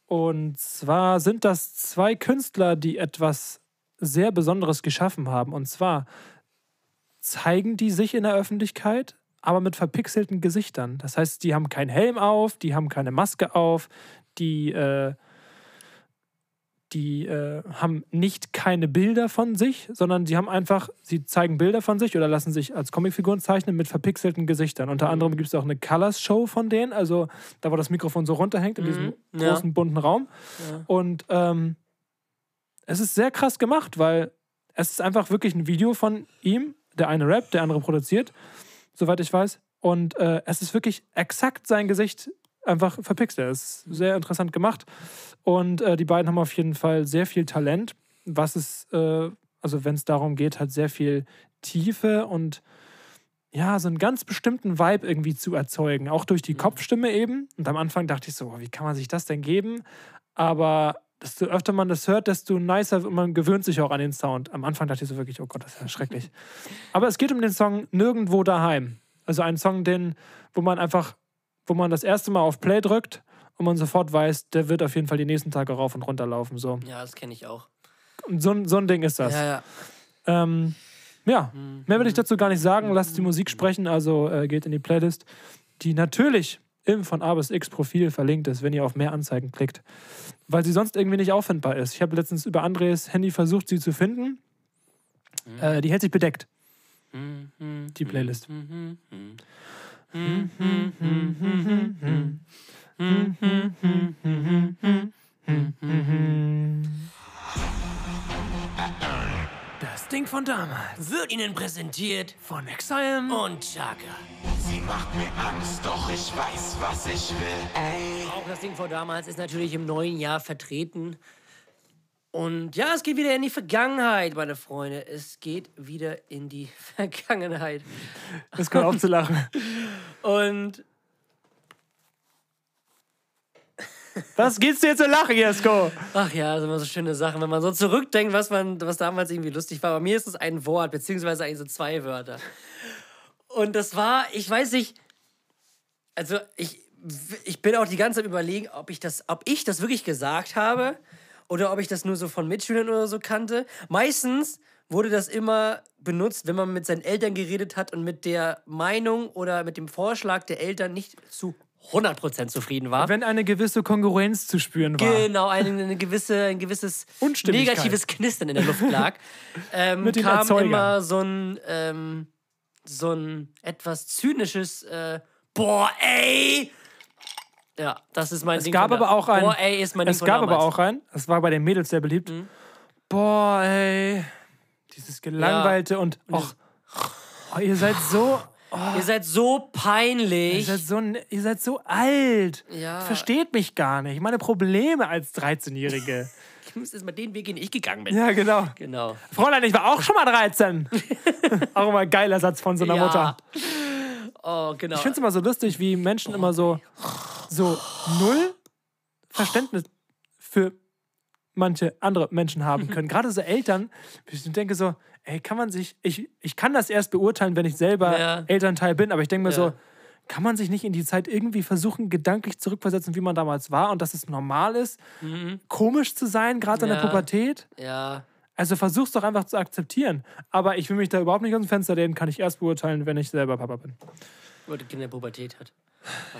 und zwar sind das zwei Künstler, die etwas sehr Besonderes geschaffen haben. Und zwar zeigen die sich in der Öffentlichkeit, aber mit verpixelten Gesichtern. Das heißt, die haben keinen Helm auf, die haben keine Maske auf, die. Äh, die äh, haben nicht keine Bilder von sich, sondern sie haben einfach, sie zeigen Bilder von sich oder lassen sich als Comicfiguren zeichnen mit verpixelten Gesichtern. Unter anderem gibt es auch eine Colors-Show von denen, also da, wo das Mikrofon so runterhängt, in diesem ja. großen, bunten Raum. Und ähm, es ist sehr krass gemacht, weil es ist einfach wirklich ein Video von ihm, der eine rappt, der andere produziert, soweit ich weiß. Und äh, es ist wirklich exakt sein Gesicht einfach verpixelt. Es ist sehr interessant gemacht. Und äh, die beiden haben auf jeden Fall sehr viel Talent, was es, äh, also wenn es darum geht, halt sehr viel Tiefe und ja, so einen ganz bestimmten Vibe irgendwie zu erzeugen. Auch durch die Kopfstimme eben. Und am Anfang dachte ich so, oh, wie kann man sich das denn geben? Aber desto öfter man das hört, desto nicer wird man gewöhnt sich auch an den Sound. Am Anfang dachte ich so wirklich, oh Gott, das ist ja schrecklich. Aber es geht um den Song Nirgendwo daheim. Also einen Song, den, wo man einfach, wo man das erste Mal auf Play drückt und man sofort weiß, der wird auf jeden Fall die nächsten Tage rauf und runter laufen. So, Ja, das kenne ich auch. und so, ein- so ein Ding ist das. Ja, ja. Ähm, ja, mehr will ich dazu gar nicht sagen. Lasst die Musik sprechen, also äh, geht in die Playlist, die natürlich im von A bis X Profil verlinkt ist, wenn ihr auf mehr Anzeigen klickt, weil sie sonst irgendwie nicht auffindbar ist. Ich habe letztens über Andres Handy versucht, sie zu finden. Äh, die hält sich bedeckt. Die Playlist. Das Ding von damals wird Ihnen präsentiert von Exile und Chaka. Sie macht mir Angst, doch ich weiß, was ich will. Auch das Ding von damals ist natürlich im neuen Jahr vertreten. Und ja, es geht wieder in die Vergangenheit, meine Freunde. Es geht wieder in die Vergangenheit. Das kommt auf zu lachen. Und Was geht's dir jetzt zu lachen, Jesko? Ach ja, das sind immer so schöne Sachen, wenn man so zurückdenkt, was, man, was damals irgendwie lustig war. Bei mir ist es ein Wort, beziehungsweise eigentlich so zwei Wörter. Und das war, ich weiß nicht, also ich, ich bin auch die ganze Zeit überlegen, ob ich, das, ob ich das wirklich gesagt habe oder ob ich das nur so von Mitschülern oder so kannte. Meistens wurde das immer benutzt, wenn man mit seinen Eltern geredet hat und mit der Meinung oder mit dem Vorschlag der Eltern nicht zu 100% zufrieden war. Wenn eine gewisse Kongruenz zu spüren war. Genau, eine, eine gewisse, ein gewisses Unstimmigkeit. negatives Knistern in der Luft lag. Ähm, Mit den kam Erzeugern. immer so ein, ähm, so ein etwas zynisches äh, Boah, ey! Ja, das ist mein Es Ding. gab von da- aber auch ein. Boah, ey, ist mein Ding es von gab aber damals. Mhm. auch ein. Es war bei den Mädels sehr beliebt. Boah, ey. Dieses gelangweilte und. Och, oh, ihr seid so Ihr seid so Ihr peinlich. seid, so, n- ihr seid so alt. Ja. Versteht mich gar nicht. Meine Probleme als 13-Jährige. Ich muss jetzt mal den Weg, den ich gegangen bin. ja, genau. Genau. Fräulein, ich war auch schon mal 13. auch immer ein geiler Satz von so einer Ja. Mutter. Oh, genau. Ich finde es immer so lustig, wie Menschen immer so, so null Verständnis für manche andere Menschen Mhm. haben können. Gerade so Eltern, ich denke so, ey, kann man sich, ich, ich kann das erst beurteilen, wenn ich selber Ja. Elternteil bin, aber ich denke mir Ja. so, kann man sich nicht in die Zeit irgendwie versuchen, gedanklich zurückversetzen, wie man damals war und dass es normal ist, komisch zu sein, gerade in der Mhm. Ja. Pubertät? ja. Also versuch's doch einfach zu akzeptieren. Aber ich will mich da überhaupt nicht aus dem Fenster lehnen, kann ich erst beurteilen, wenn ich selber Papa bin. Weil das Kind in der Pubertät hat.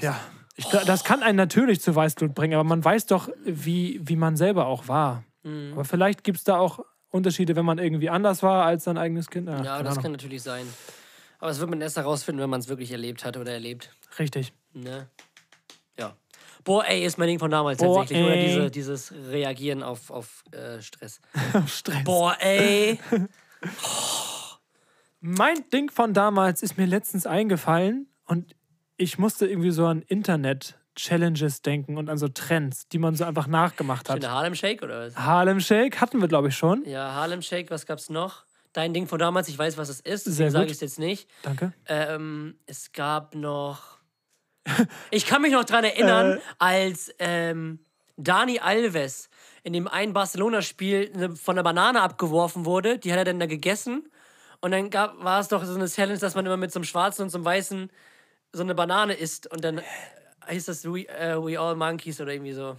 Ja. Ich, gla- das kann einen natürlich zu Weißblut bringen, aber man weiß doch, wie, wie man selber auch war. Mhm. Aber vielleicht gibt es da auch Unterschiede, wenn man irgendwie anders war als sein eigenes Kind. Ach, Ja, keine das Ahnung. kann natürlich sein. Aber das wird man erst herausfinden, wenn man es wirklich erlebt hat oder erlebt. Richtig. Ne? Ja. Boah, ey, ist mein Ding von damals Boah, tatsächlich. Oder ey. diese, dieses Reagieren auf, auf äh, Stress. Stress. Boah, ey. Mein Ding von damals ist mir letztens eingefallen und ich musste irgendwie so an Internet-Challenges denken und an so Trends, die man so einfach nachgemacht In hat. der Harlem Shake oder was? Harlem Shake hatten wir, glaube ich, schon. Ja, Harlem Shake, was gab's noch? Dein Ding von damals, ich weiß, was es ist, Sehr deswegen gut. sage ich es jetzt nicht. Danke. Ähm, es gab noch. Ich kann mich noch dran erinnern, als ähm, Dani Alves in dem einen Barcelona-Spiel ne- von einer Banane abgeworfen wurde. Die hat er dann da gegessen. Und dann gab, war es doch so eine Challenge, dass man immer mit so einem schwarzen und so einem weißen so eine Banane isst. Und dann hieß das We, äh, We All Monkeys oder irgendwie so.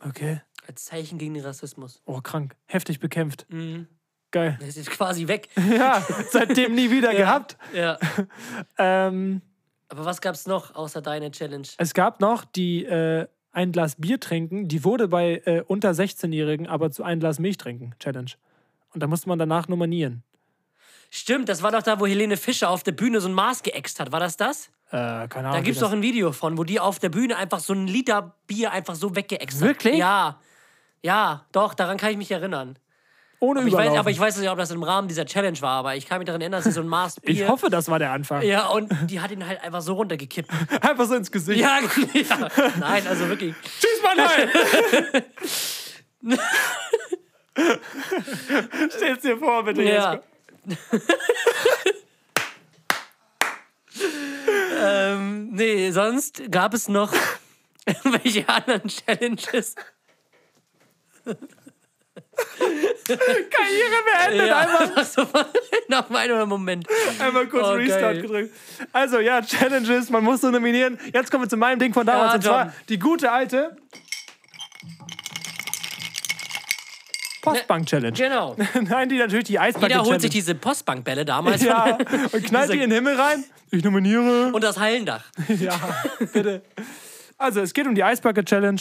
Äh. Okay. Als Zeichen gegen den Rassismus. Oh, krank. Heftig bekämpft. Mhm. Geil. Das ist quasi weg. Ja, seitdem nie wieder gehabt. Ja. Ähm, Aber was gab's noch außer deine Challenge? es gab noch die äh, ein Glas Bier trinken, die wurde bei äh, unter 16-Jährigen aber zu ein Glas Milch trinken Challenge. Und da musste man danach nominieren. Stimmt, das war doch da, wo Helene Fischer auf der Bühne so ein Maß geäxt hat. War das das? Äh, keine Ahnung. Da wie gibt es das- doch ein Video von, wo die auf der Bühne einfach so ein Liter Bier einfach so weggeäxt Wirklich? hat. Ja. Ja, doch, daran kann ich mich erinnern. ohne Aber ich, weiß, Überlaufen. aber ich weiß nicht, ob das im Rahmen dieser Challenge war, aber ich kann mich daran erinnern, dass es so ein Maß Bier. Ich hoffe, das war der Anfang. Ja, und die hat ihn halt einfach so runtergekippt. Einfach so ins Gesicht. Ja, ja. Nein, also wirklich. Tschüss, Mannheim! Stell's dir vor, bitte. Ja. Jesko. ähm, nee, sonst gab es noch welche anderen Challenges. Karriere beendet. Ja, so nach meinem Moment. Einmal kurz Oh, Restart geil. gedrückt. Also ja, Challenges, man muss so nominieren. Jetzt kommen wir zu meinem Ding von damals. Ja, und zwar Tom. die gute alte Postbank-Challenge. Genau. Nein, die natürlich die Jeder holt Eisbacke-Challenge. sich diese Postbankbälle damals ja, von- und knallt diese- die in den Himmel rein. Ich nominiere. und das Hallendach. Ja, bitte. Also, es geht um die Eisbacke-Challenge.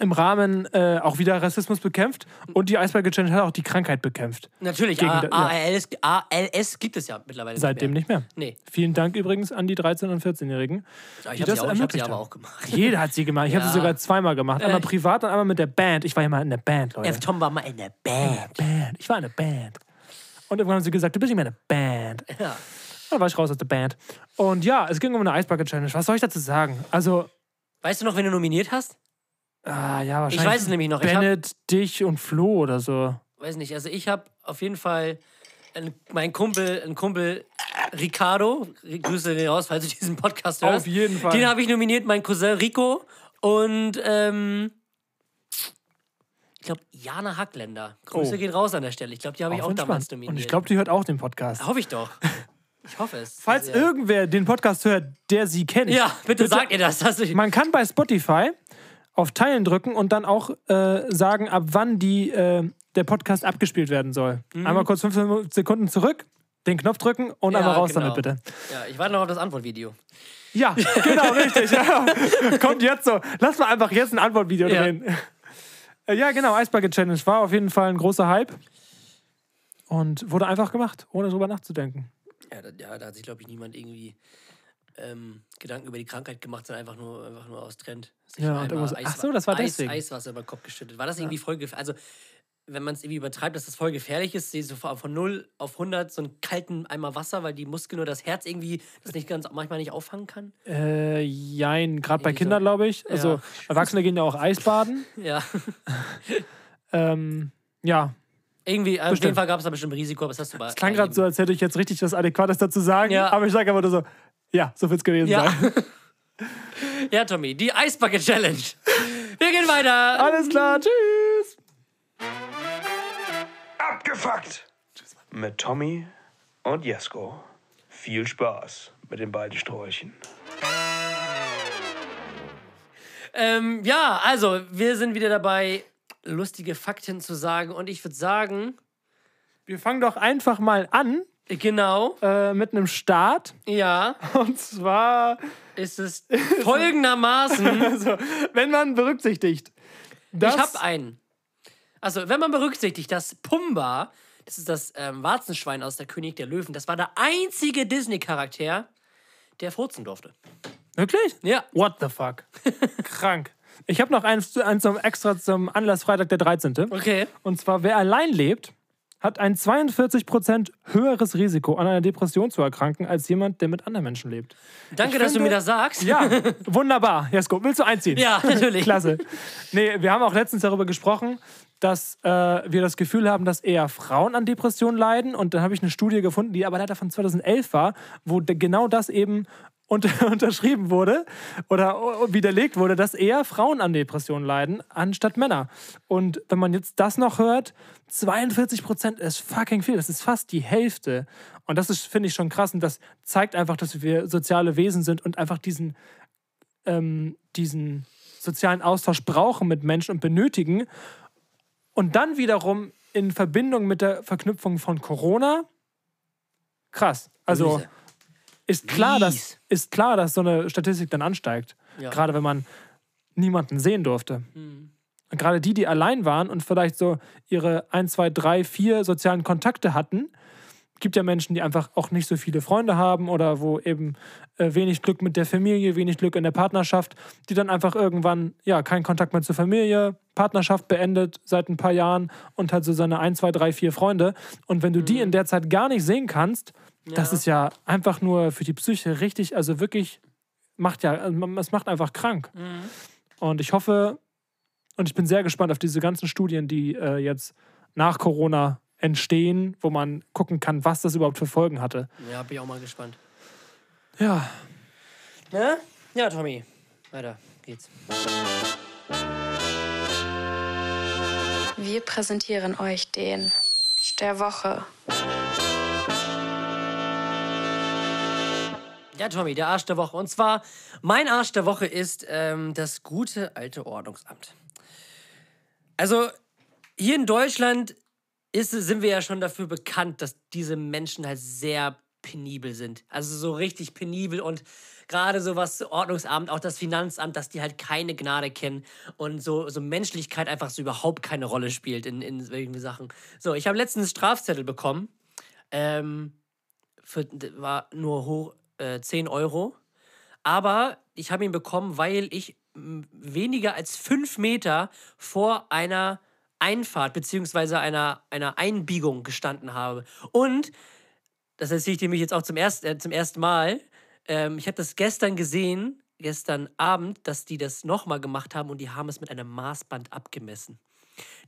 Im Rahmen äh, auch wieder Rassismus bekämpft. Und die Eisbacke-Challenge hat auch die Krankheit bekämpft. Natürlich, Gegen A- da- ja. ALS, ALS gibt es ja mittlerweile Seitdem nicht nicht mehr. Nee. Vielen Dank übrigens an die 13- und 14-Jährigen. mehr. Ich die habe das sie, auch- ich hab sie ermöglicht aber haben. auch gemacht. Jeder hat sie gemacht. Ich habe sie Ja. Äh. sogar zweimal gemacht. Einmal Echt? privat und einmal mit der Band. Ich war ja mal in der Band, Leute. F. Tom war mal in der Band. Band. Ich war in der Band. Und irgendwann haben sie gesagt, du bist nicht mehr in der Band. Ja. Dann war ich raus aus der Band. Und ja, es ging um eine Eisbucket-Challenge. Was soll ich dazu sagen? Also, Weißt du noch, wen du nominiert hast? ah, ja, wahrscheinlich. weiß es nämlich noch. Ich hab- Bennett, dich und Flo oder so. Weiß nicht. Also ich habe auf jeden Fall einen, mein Kumpel, ein Kumpel Ricardo, Grüße gehen raus, falls du diesen Podcast hörst. Auf jeden Fall. Den habe ich nominiert, mein Cousin Rico und ähm, ich glaube Jana Hackländer. Grüße Oh. gehen raus an der Stelle. Ich glaube, die habe ich auch damals nominiert. Und ich glaube, die hört auch den Podcast. Hoffe ich doch. Ich hoffe es. Falls sehr. irgendwer den Podcast hört, der sie kennt. Ja, bitte, sag ihr das. Dass ich Man kann bei Spotify auf Teilen drücken und dann auch äh, sagen, ab wann die, äh, der Podcast abgespielt werden soll. Einmal kurz fünf Sekunden zurück, den Knopf drücken und Ja, einmal raus genau. damit bitte. ja, ich warte noch auf das Antwortvideo. Ja, genau, richtig. Ja. Kommt jetzt so. Lass mal einfach jetzt ein Antwortvideo Ja. drehen. Äh, Ja, genau, Eisbucket Challenge war auf jeden Fall ein großer Hype und wurde einfach gemacht, ohne drüber nachzudenken. Ja, da, ja, da hat sich, glaube ich, niemand irgendwie ähm, Gedanken über die Krankheit gemacht, sondern einfach nur, einfach nur aus Trend. Sich Ja, und einmal irgendwas- Eis- ach so, das war Eis, deswegen. Eiswasser über den Kopf geschüttet. War das irgendwie voll gef- Also, wenn man es irgendwie übertreibt, dass das voll gefährlich ist, sie so von von 0 auf 100 so einen kalten Eimer Wasser, weil die Muskeln oder das Herz irgendwie das nicht ganz manchmal nicht auffangen kann? Äh, jein, gerade bei Kindern, glaube ich. Also Ja. Erwachsene gehen ja auch Eisbaden. Ja. ähm, ja, Irgendwie, äh, auf jeden Bestimmt. Fall gab es da bestimmt Risiko, aber das hast du bei. es klang gerade so, als hätte ich jetzt richtig was Adäquates dazu sagen, Ja. aber ich sage einfach nur so, ja, so wird's gewesen Ja. sein. Ja, Tommy, die Eisbucket Challenge. Wir gehen weiter. Alles klar, tschüss. Abgefuckt! Mit Tommy und Jesko. Viel Spaß mit den beiden Sträuchen. Ähm, ja, also, wir sind wieder dabei, lustige Fakten zu sagen und ich würde sagen, Wir fangen doch einfach mal an genau, äh, mit einem Start. ja, Und zwar, ist es folgendermaßen. also, wenn man berücksichtigt, dass Ich habe einen. Also, wenn man berücksichtigt, dass Pumba, das ist das ähm, Warzenschwein aus der König der Löwen, das war der einzige Disney-Charakter, der furzen durfte. wirklich? Ja. What the fuck? Krank. Ich habe noch eins, eins zum extra zum Anlass Freitag der 13. Okay. Und zwar, wer allein lebt, hat ein 42% höheres Risiko, an einer Depression zu erkranken, als jemand, der mit anderen Menschen lebt. Danke, dass du finde- mir das sagst. Ja, wunderbar. Jesko, willst du einziehen? Ja, natürlich. Klasse. Nee, wir haben auch letztens darüber gesprochen, dass äh, wir das Gefühl haben, dass eher Frauen an Depressionen leiden. Und dann habe ich eine Studie gefunden, die aber leider von 2011 war, wo de- genau das eben unter unterschrieben wurde oder o- widerlegt wurde, dass eher Frauen an Depressionen leiden, anstatt Männer. Und wenn man jetzt das noch hört, 42 Prozent ist fucking viel. Das ist fast die Hälfte. Und das ist, finde ich, schon krass. Und das zeigt einfach, dass wir soziale Wesen sind und einfach diesen diesen sozialen Austausch brauchen mit Menschen und benötigen. Und dann wiederum in Verbindung mit der Verknüpfung von Corona. Krass. Also Böse. ist klar, dass, Mies. ist klar, dass so eine Statistik dann ansteigt. Ja. Gerade wenn man niemanden sehen durfte. Und gerade die, die allein waren und vielleicht so ihre 1, 2, 3, 4 sozialen Kontakte hatten, gibt ja Menschen, die einfach auch nicht so viele Freunde haben oder wo eben äh, wenig Glück mit der Familie, wenig Glück in der Partnerschaft, die dann einfach irgendwann, ja, keinen Kontakt mehr zur Familie, Partnerschaft beendet seit ein paar Jahren und halt so seine 1, 2, 3, 4 Freunde. Und wenn du die in der Zeit gar nicht sehen kannst, das ist ja einfach nur für die Psyche richtig, also wirklich macht ja, also man- es macht einfach krank. Und ich hoffe und ich bin sehr gespannt auf diese ganzen Studien, die äh, jetzt nach Corona entstehen, wo man gucken kann, was das überhaupt für Folgen hatte. Ja, bin ich auch mal gespannt. Ja, Ne? Ja, Tommy. Weiter geht's. Wir präsentieren euch den der Woche. Ja, Tommy, der Arsch der Woche. Und zwar, mein Arsch der Woche ist ähm, das gute alte Ordnungsamt. Also, hier in Deutschland ist, sind wir ja schon dafür bekannt, dass diese Menschen halt sehr penibel sind. Also so richtig penibel und gerade so was Ordnungsamt, auch das Finanzamt, dass die halt keine Gnade kennen und so, so Menschlichkeit einfach so überhaupt keine Rolle spielt in, in solchen Sachen. So, ich habe letztens einen Strafzettel bekommen. Ähm, für, war nur hoch, äh, 10 Euro. Aber ich habe ihn bekommen, weil ich m, weniger als fünf Meter vor einer Einfahrt beziehungsweise einer, einer Einbiegung gestanden habe. Und, das erzähle ich dir mich jetzt auch zum, erst, äh, zum ersten Mal, ähm, ich habe das gestern gesehen, gestern Abend, dass die das nochmal gemacht haben und die haben es mit einem Maßband abgemessen.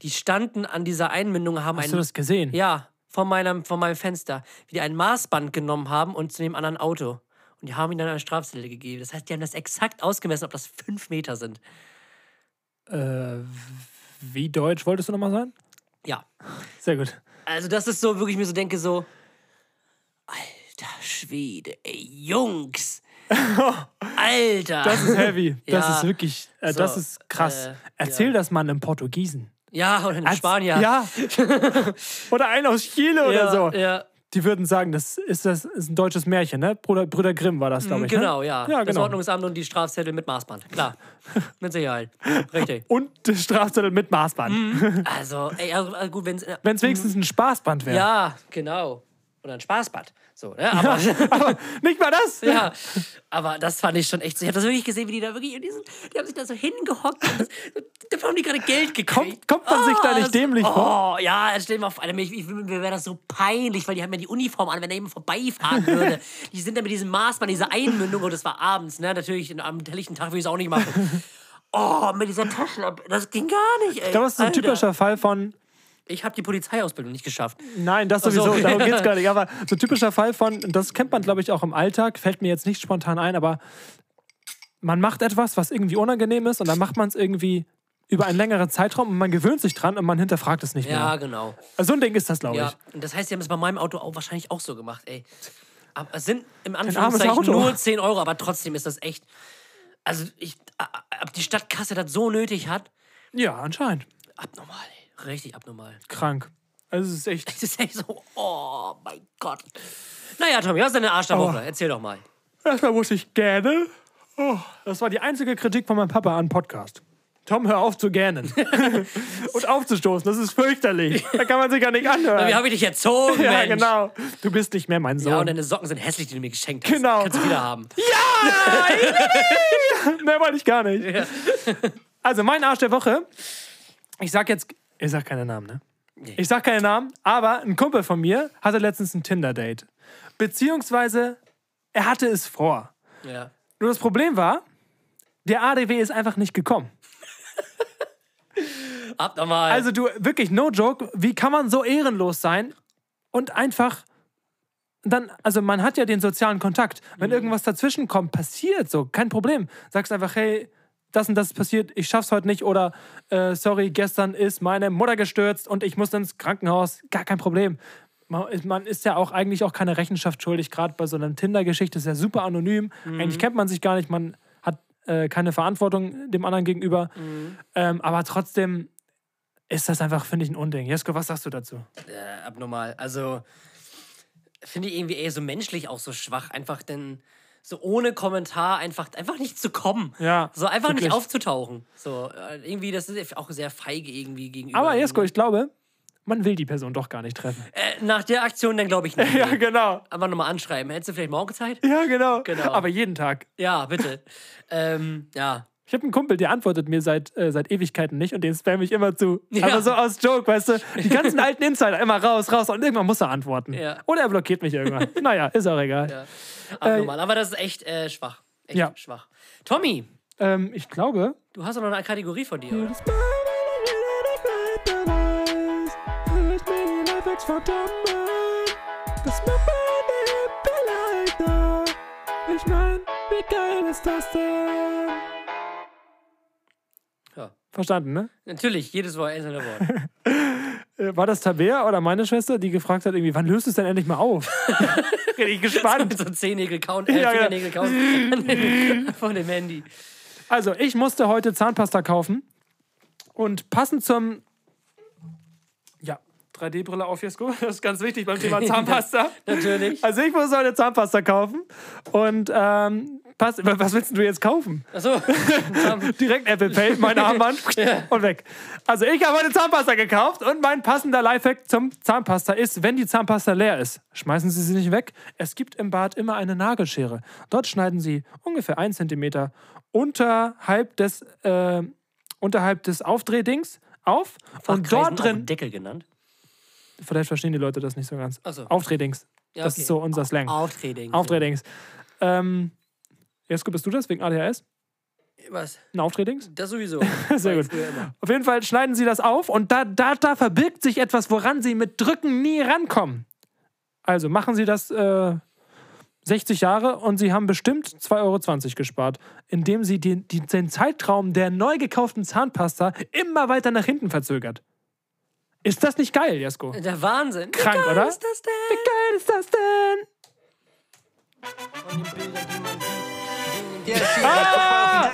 Die standen an dieser Einmündung, haben hast einen du das gesehen? ja, von meinem, von meinem Fenster. Wie die ein Maßband genommen haben und zu dem anderen Auto. Und die haben ihm dann eine Strafzettel gegeben. Das heißt, die haben das exakt ausgemessen, ob das fünf Meter sind. Äh, wie deutsch wolltest du nochmal sein? Ja. Sehr gut. Also, das ist so, wirklich mir so denke, so. Alter Schwede, ey, Jungs. Alter. Das ist heavy. Das Ja. ist wirklich, äh, So, das ist krass. äh, Erzähl das mal einem Portugiesen. ja, oder in Als- Spanien. Ja. oder einen aus Chile oder so. Ja, Die würden sagen, das ist, das ist ein deutsches Märchen, ne? Bruder, Brüder Grimm war das, glaube ich. genau, ne? ja. ja Das genau. Ordnungsamt und die Strafzettel mit Maßband. Klar. mit Sicherheit. Richtig. Mhm. Und das Strafzettel mit Maßband. Also, ey, also, gut, wenn es Wenn es wenigstens ein Spaßband wäre. Ja, genau. oder ein Spaßbad. So, ne? Aber, nicht mal das! Ja, aber das fand ich schon echt. Ich habe das wirklich gesehen, wie die da wirklich in diesen, die haben sich da so hingehockt. Und das, da haben die gerade Geld Kommt- gekriegt. kommt man sich da nicht das- dämlich oh, vor? Ja, stell dir mal auf, Alter, mir, ich- mir wäre das so peinlich, weil die haben ja die Uniform an, wenn da jemand vorbeifahren würde. die sind da mit diesem Maßband, dieser Einmündung, und das war abends, ne? Natürlich, in- am helllichten Tag würde ich es auch nicht machen. Oh, mit dieser Taschenlampe, das ging gar nicht, ey. Ich glaube, das ist ein Alter. typischer Fall von, Ich habe die Polizeiausbildung nicht geschafft. Nein, das Ach so, sowieso, Also, okay. darum geht's gar nicht. Aber so ein typischer Fall von, das kennt man, glaube ich, auch im Alltag, fällt mir jetzt nicht spontan ein, aber man macht etwas, was irgendwie unangenehm ist und dann macht man es irgendwie über einen längeren Zeitraum und man gewöhnt sich dran und man hinterfragt es nicht Ja, mehr. genau. Also so ein Ding ist das, glaube Ja, ich. und das heißt, sie haben es bei meinem Auto auch wahrscheinlich auch so gemacht, ey. Aber es sind im armes Anführungszeichen Auto. nur 10 Euro, aber trotzdem ist das echt. Also, ich, a- a- ob die Stadtkasse das so nötig hat, Ja, anscheinend. abnormal, ey. Richtig abnormal. Krank. Also es ist echt. Das ist echt so, oh mein Gott. Naja, Tommy, was ist deine Arsch der Woche? Erzähl doch mal. Erstmal muss ich gähnen. Oh, das war die einzige Kritik von meinem Papa an Podcast. Tom, hör auf zu gähnen. und aufzustoßen, das ist fürchterlich. Da kann man sich gar nicht anhören. Wie habe ich dich erzogen, ja, Mensch? genau. Du bist nicht mehr mein Sohn. Ja, und deine Socken sind hässlich, die du mir geschenkt hast. Genau. Kannst du wieder haben. Mehr wollte ich gar nicht. Also, mein Arsch der Woche. Ich sag jetzt. Ich sag keine Namen, ne? Ich sag keine Namen, aber ein Kumpel von mir hatte letztens ein Tinder-Date. Beziehungsweise, er hatte es vor. Ja. Nur das Problem war, der ADW ist einfach nicht gekommen. Abnormal. Also, du, wirklich, no joke, wie kann man so ehrenlos sein und einfach. Dann, also man hat ja den sozialen Kontakt. Wenn irgendwas dazwischen kommt, passiert so, kein Problem. Sagst einfach, hey, das und das ist passiert, ich schaff's heute nicht oder äh, sorry, gestern ist meine Mutter gestürzt und ich muss ins Krankenhaus, gar kein Problem. Man ist- man ist ja auch eigentlich auch keine Rechenschaft schuldig, gerade bei so einer Tinder-Geschichte ist ja super anonym. Eigentlich kennt man sich gar nicht, man hat äh, keine Verantwortung dem anderen gegenüber. Ähm, aber trotzdem ist das einfach, finde ich, ein Unding. Jesko, was sagst du dazu? abnormal. Also finde ich irgendwie eher so menschlich auch so schwach, einfach denn so ohne Kommentar einfach einfach nicht zu kommen. Ja, So einfach wirklich. nicht aufzutauchen. So äh, irgendwie das ist auch sehr feige irgendwie gegenüber. Aber Jesko, ich glaube, man will die Person doch gar nicht treffen. äh, nach der Aktion dann glaube ich nicht. Ja, genau. Aber nochmal anschreiben. Hättest du vielleicht morgen Zeit? Ja, genau. Genau. Aber jeden Tag. Ja, bitte. ähm, ja. Ich habe einen Kumpel, der antwortet mir seit, äh, seit Ewigkeiten nicht und den spam ich immer zu. Ja. Aber so aus Joke, weißt du? Die ganzen alten Insider immer raus, raus und irgendwann muss er antworten. Ja. Oder er blockiert mich irgendwann. naja, ist auch egal. Abnormal. Aber das ist echt äh, schwach. Echt Äh, Ja. schwach. Tommy, Ähm, ich glaube. du hast doch noch eine Kategorie von dir, oder? Ich mein, wie geil ist das denn? Ja. Verstanden, ne? Natürlich, jedes Wort, einzelne Wort. Äh, War das Tabea oder meine Schwester, die gefragt hat, irgendwie, wann löst es denn endlich mal auf? Richtig gespannt. so Zehennägel kauen, äh, Ja, ja. Fingernägel kauen von dem Handy. Also, ich musste heute Zahnpasta kaufen. Und passend zum. Ja, 3D-Brille auf, Jesko. Das ist ganz wichtig beim Thema Zahnpasta. Natürlich. Also, ich muss heute Zahnpasta kaufen. Und, ähm, pass, was willst denn du jetzt kaufen? Achso. Direkt Apple Pay, meine Armband und weg. Also, ich habe heute Zahnpasta gekauft und mein passender Lifehack zum Zahnpasta ist, wenn die Zahnpasta leer ist, schmeißen Sie sie nicht weg. Es gibt im Bad immer eine Nagelschere. Dort schneiden Sie ungefähr 1 cm unterhalb des, äh, unterhalb des Aufdrehdings auf und dort drin. Deckel genannt. Vielleicht verstehen die Leute das nicht so ganz. Ach so. Aufdrehdings. Ja, das okay. ist so unser Slang. Auftreding. Aufdrehdings. Ähm, Jesko, bist du das wegen ADHS? Was? Ein Aufdrehdings? Das sowieso. Sehr War ich gut. früher immer. Auf jeden Fall schneiden sie das auf und da, da, da verbirgt sich etwas, woran sie mit Drücken nie rankommen. Also machen sie das äh, 60 Jahre und sie haben bestimmt 2,20 Euro gespart, indem sie den, die, den Zeitraum der neu gekauften Zahnpasta immer weiter nach hinten verzögert. Ist das nicht geil, Jasko? Wie Der Wahnsinn. Krank, Wie geil oder? Ist das denn? geil ist das denn? Ah!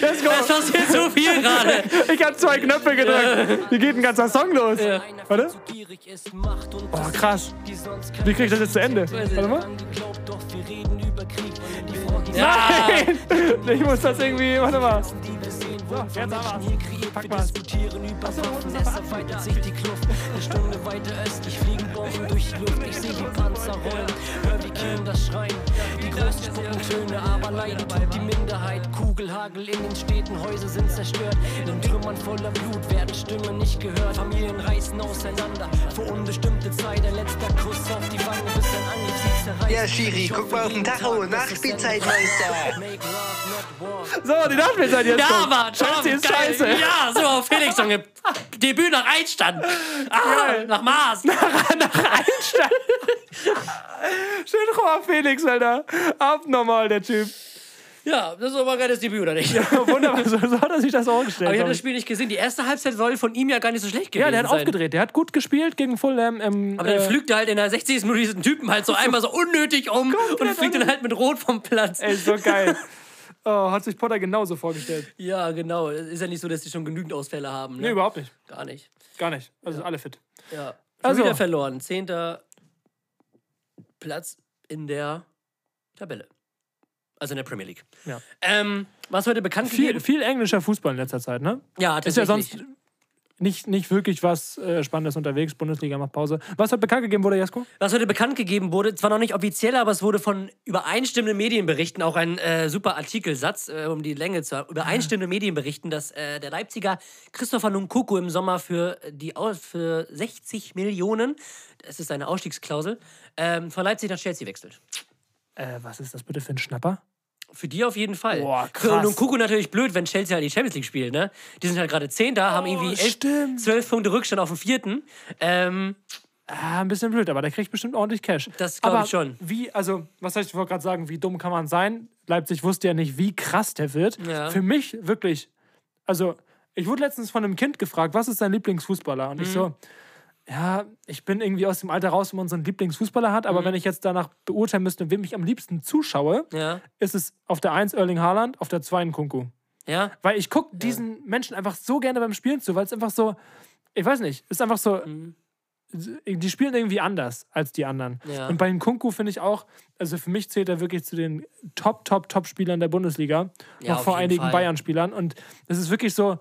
Das passiert so viel gerade. Ich habe zwei Knöpfe gedrückt. Hier geht ein ganzer Song los. Warte. Oh, krass. Wie krieg ich das jetzt zu Ende? Warte mal. Ah! Ja. Nein! Ich muss das irgendwie. Warte mal. So, jetzt aber. Pack mal. Tieren über Waffen, es erweitert sich die Kluft. Eine Stunde weiter östlich fliegen Bomben durch die Luft, ich seh die Panzer rollen, hör die Kinder schreien. Die Großen spucken Töne, aber leider tut die Minderheit. Kugelhagel in den Städten, Häuser sind zerstört. In Trümmern voller Blut werden Stimmen nicht gehört. Familien reißen auseinander für unbestimmte Zeit. Ein letzter Kuss auf die Wange, bis ein Angriff sie zerreißt. Ja, Schiri, Ich guck hoffe mal auf den jeden Tacho, Tag, dass es Nachspielzeit, endlich Meister. Make love, not war. So, die Nachspielzeit jetzt. Ja, kommt. Mann, Scheiße, schon, ist geil. scheiße. Ja, so auf Felix so ein Debüt nach Einstand. Ah, nach Mars. Schön Juan Felix, Alter. Abnormal, der Typ. Ja, das ist aber ein geiles Debüt, oder nicht? Wunderbar, so, so hat er sich das auch gestellt. Aber ich habe das Spiel nicht gesehen. Die erste Halbzeit soll von ihm ja gar nicht so schlecht gewesen ja, sein. der hat aufgedreht. Der hat gut gespielt gegen Fulham. ähm, äh, Im, Aber dann pflügt er halt in der 60. Minute diesen Typen halt so einmal so unnötig um und fliegt dann halt mit Rot vom Platz. Ey, so geil. Oh, hat sich Potter genauso vorgestellt. Ja, genau. Es Ist ja nicht so, dass die schon genügend Ausfälle haben. Ne? Nee, überhaupt nicht. Gar nicht. Gar nicht. Also alle fit. Ja. Schon Also. wieder verloren. Zehnter Platz in der Tabelle. Also in der Premier League. Ja. Ähm, was heute bekannt Viel, gegeben? viel englischer Fußball in letzter Zeit, ne? Ja, Ist ja tatsächlich. sonst nicht, nicht wirklich was äh, Spannendes unterwegs. Bundesliga macht Pause. Was hat bekannt gegeben wurde, Jesko? Was heute bekannt gegeben wurde, zwar noch nicht offiziell, aber es wurde von übereinstimmenden Medienberichten, auch ein äh, super Artikelsatz, äh, um die Länge zu haben, übereinstimmende Medienberichten, dass äh, der Leipziger Christopher Nkunku im Sommer für, die, Au- für 60 Millionen, das ist eine Ausstiegsklausel, ähm, von Leipzig nach Chelsea wechselt. Äh, was ist das bitte für ein Schnapper? Für die auf jeden Fall. Boah, Für krass. Nkunku natürlich blöd, wenn Chelsea halt die Champions League spielt, ne? Die sind halt gerade Zehnter, haben irgendwie elf, Oh, stimmt. zwölf Punkte Rückstand auf dem Vierten. Ähm, Ah, ein bisschen blöd, aber der kriegt bestimmt ordentlich Cash. Das glaub Aber ich schon. Wie, also, was soll ich wollte gerade sagen, wie dumm kann man sein? Leipzig wusste ja nicht, wie krass der wird. Ja. Für mich wirklich, also, ich wurde letztens von einem Kind gefragt, was ist dein Lieblingsfußballer? Mhm. Und ich so, ja, ich bin irgendwie aus dem Alter raus, wo man so einen Lieblingsfußballer hat, aber wenn ich jetzt danach beurteilen müsste, wem ich am liebsten zuschaue, Mhm. ja, ist es auf der 1 Erling Haaland, auf der 2 Nkunku. ja. Weil ich gucke diesen Menschen einfach so gerne beim Spielen zu, weil es einfach so, ich weiß nicht, ist einfach so, Mhm. die spielen irgendwie anders als die anderen. Ja. Und bei Nkunku finde ich auch, also für mich zählt er wirklich zu den Top, Top, Top-Spielern der Bundesliga. Ja, noch auf vor jeden einigen Fall. Bayern-Spielern. Und es ist wirklich so,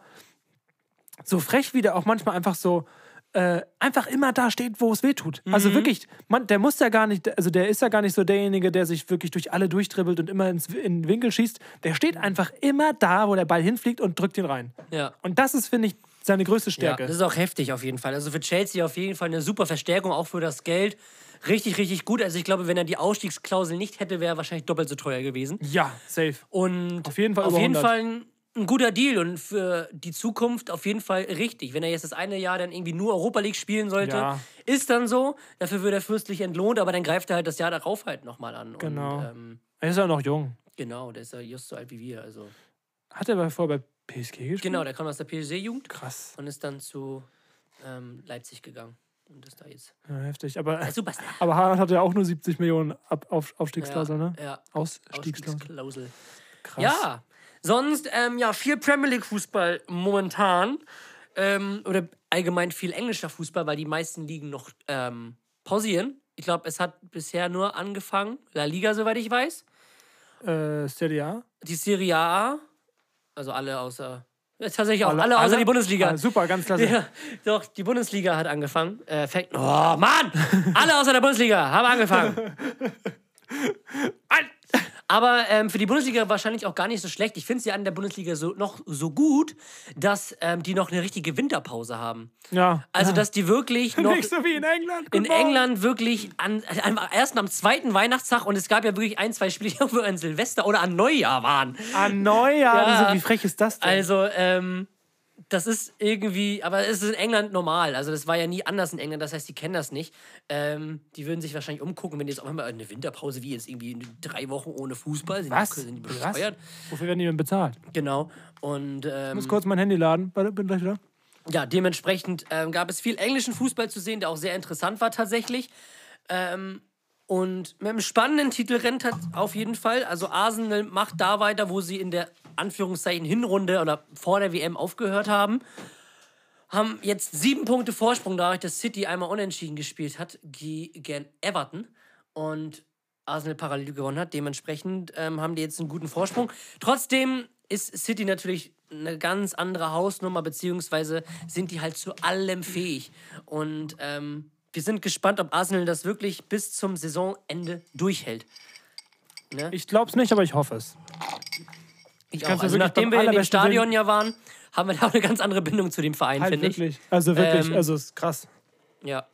so frech, wie der auch manchmal einfach so. Äh, einfach immer da steht, wo es weh tut. Mhm. Also wirklich, man, der muss ja gar nicht, also der ist ja gar nicht so derjenige, der sich wirklich durch alle durchdribbelt und immer ins, in den Winkel schießt. Der steht einfach immer da, wo der Ball hinfliegt und drückt ihn rein. ja. Und das ist, finde ich, seine größte Stärke. Ja, das ist auch heftig auf jeden Fall. Also für Chelsea auf jeden Fall eine super Verstärkung, auch für das Geld. Richtig, richtig gut. Also ich glaube, wenn er die Ausstiegsklausel nicht hätte, wäre er wahrscheinlich doppelt so teuer gewesen. ja safe. Und Auf jeden Fall auf über jeden 100. Fall ein, ein guter Deal und für die Zukunft auf jeden Fall richtig. Wenn er jetzt das eine Jahr dann irgendwie nur Europa League spielen sollte, Ja. ist dann so. Dafür wird er fürstlich entlohnt, aber dann greift er halt das Jahr darauf halt nochmal an. Genau. Und, ähm, Er ist ja noch jung. genau, der ist ja just so alt wie wir. Also. Hat er aber vorher bei PSG gespielt? Genau, der kommt aus der PSG-Jugend Krass. und ist dann zu ähm, Leipzig gegangen. Und ist da jetzt. Äh, Ja, heftig. Aber, Der Superstar. aber Haaland hat ja auch nur 70 Millionen Ab auf Aufstiegsklausel, ne? Ja. Ausstiegsklausel. Ausstiegsklausel. Krass. Ja. Sonst, ähm, ja, viel Premier League Fußball momentan. Ähm, oder allgemein viel englischer Fußball, weil die meisten Ligen noch ähm, pausieren. Ich glaube, es hat bisher nur angefangen, La Liga, soweit ich weiß. Äh, Serie A? Die Serie A, also alle außer. Ja, tatsächlich auch, alle, Alle- außer alle? die Bundesliga. Ah, super, ganz klasse. Ja, doch, die Bundesliga hat angefangen. Äh, fängt, oh Mann! Alle außer der Bundesliga haben angefangen. Ein- Aber ähm, für die Bundesliga wahrscheinlich auch gar nicht so schlecht. Ich finde sie an der Bundesliga so, noch so gut, dass ähm, die noch eine richtige Winterpause haben. Ja. Also, ja. dass die wirklich noch Nicht so wie in England. in Guten Morgen. England wirklich an, am ersten am zweiten Weihnachtstag und es gab ja wirklich ein, zwei Spiele, wo wir an Silvester oder an Neujahr waren. Ah, neuer. Ja. Also, wie frech ist das denn? Also, ähm, das ist irgendwie, aber es ist in England normal. Also, das war ja nie anders in England, das heißt, die kennen das nicht. Ähm, die würden sich wahrscheinlich umgucken, wenn die jetzt auf einmal eine Winterpause wie jetzt irgendwie drei Wochen ohne Fußball sind. die- was? Sind die Was? bescheuert? Wofür werden die denn bezahlt? Genau. Und ähm, Ich muss kurz mein Handy laden. Warte, bin gleich wieder. ja, dementsprechend ähm, gab es viel englischen Fußball zu sehen, der auch sehr interessant war tatsächlich. Ähm, und mit einem spannenden Titelrennen tat- auf jeden Fall. Also Arsenal macht da weiter, wo sie in der Anführungszeichen Hinrunde oder vor der WM aufgehört haben. Haben jetzt sieben Punkte Vorsprung, dadurch, dass City einmal unentschieden gespielt hat gegen Everton. Und Arsenal parallel gewonnen hat. Dementsprechend ähm, haben die jetzt einen guten Vorsprung. Trotzdem ist City natürlich eine ganz andere Hausnummer, beziehungsweise sind die halt zu allem fähig. Und ähm, wir sind gespannt, ob Arsenal das wirklich bis zum Saisonende durchhält. Ich glaub's nicht, aber ich hoffe es. Ich kann's auch. mir Also wirklich beim nachdem wir in dem allerbesten Stadion ja waren, haben wir da auch eine ganz andere Bindung zu dem Verein, Halt finde ich. wirklich. Also wirklich, Ähm, also ist krass. Ja.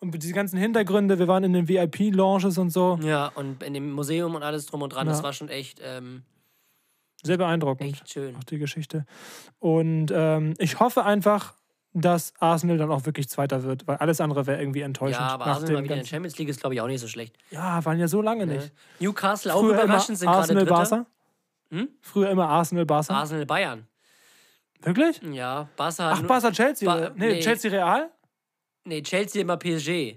Und diese ganzen Hintergründe, wir waren in den VIP-Lounges und so, ja, und in dem Museum und alles drum und dran, Ja. das war schon echt ähm, sehr beeindruckend. schön. Auch die Geschichte. Und ähm, ich hoffe einfach, dass Arsenal dann auch wirklich Zweiter wird, weil alles andere wäre irgendwie enttäuschend. Ja, aber nach Arsenal mal dem wieder in der ganzen- Champions League ist, glaube ich, auch nicht so schlecht. ja, waren ja so lange nicht. Newcastle auch Früher immer überraschend sind gerade Arsenal, Dritter. Hm? Barca. Früher immer Arsenal, Barca. Arsenal Bayern. Wirklich? Ja, Barca hat Ach, nur- Barca, Chelsea. Ba- oder? nee, nee. Chelsea, Real. Nee, Chelsea immer PSG.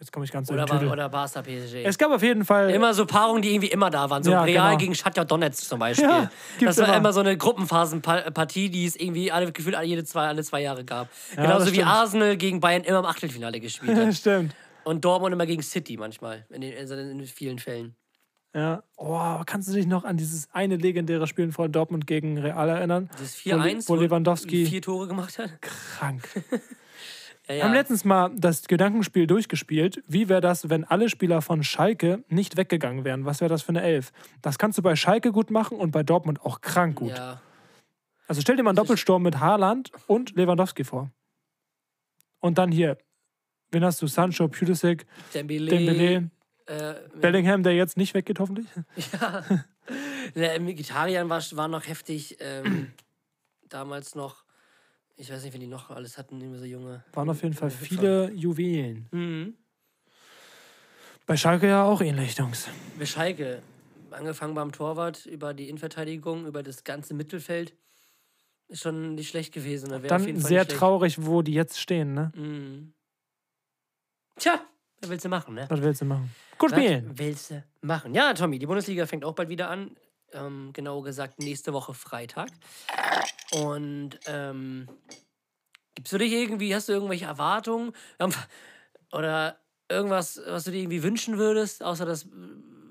Jetzt komme ich ganz in Oder, den Tüdel. Bar oder Barca PSG. Es gab auf jeden Fall. immer so Paarungen, die irgendwie immer da waren. So Ja, Real genau. gegen Schattja Donetsk zum Beispiel. Ja, das gibt's war immer. immer. so eine Gruppenphasenpartie, die es irgendwie alle, gefühlt alle, jede zwei, alle zwei Jahre gab. Ja, Genauso das wie stimmt. Arsenal gegen Bayern immer im Achtelfinale gespielt Ja, hat. Stimmt. Und Dortmund immer gegen City manchmal, in, den, in, in vielen Fällen. Ja. Oh, aber kannst du dich noch an dieses eine legendäre Spiel von Dortmund gegen Real erinnern? Das Wo Le- 4-1, Wo Lewandowski vier Tore gemacht hat. krank. Ja, Wir haben ja. letztens mal das Gedankenspiel durchgespielt. Wie wäre das, wenn alle Spieler von Schalke nicht weggegangen wären? Was wäre das für eine Elf? Das kannst du bei Schalke gut machen und bei Dortmund auch krank gut. ja. Also stell dir mal einen Doppelsturm mit Haaland und Lewandowski vor. Und dann hier. Wen hast du? Sancho, Pulisic, Dembele, äh, Dembele, Bellingham, der jetzt nicht weggeht hoffentlich. Ne, Vegetariern war, war noch heftig. Ähm, damals noch. Ich weiß nicht, wenn die noch alles hatten, immer so junge. Waren auf jeden Fall junge Hüpfer. viele Juwelen. Mhm. Bei Schalke ja auch ähnlich, Jungs. Bei Schalke. Angefangen beim Torwart, über die Innenverteidigung, über das ganze Mittelfeld. Ist schon nicht schlecht gewesen. Da wär auf Dann jeden Fall sehr nicht schlecht. traurig, wo die jetzt stehen, ne? Mhm. Tja, was willst du machen, ne? Was willst du machen? Gut spielen. Was willst du machen? Ja, Tommy, die Bundesliga fängt auch bald wieder an. Ähm, genau gesagt, nächste Woche Freitag. Und ähm, gibst du dich irgendwie, hast du irgendwelche Erwartungen? Ähm, Oder irgendwas, was du dir irgendwie wünschen würdest, außer dass äh,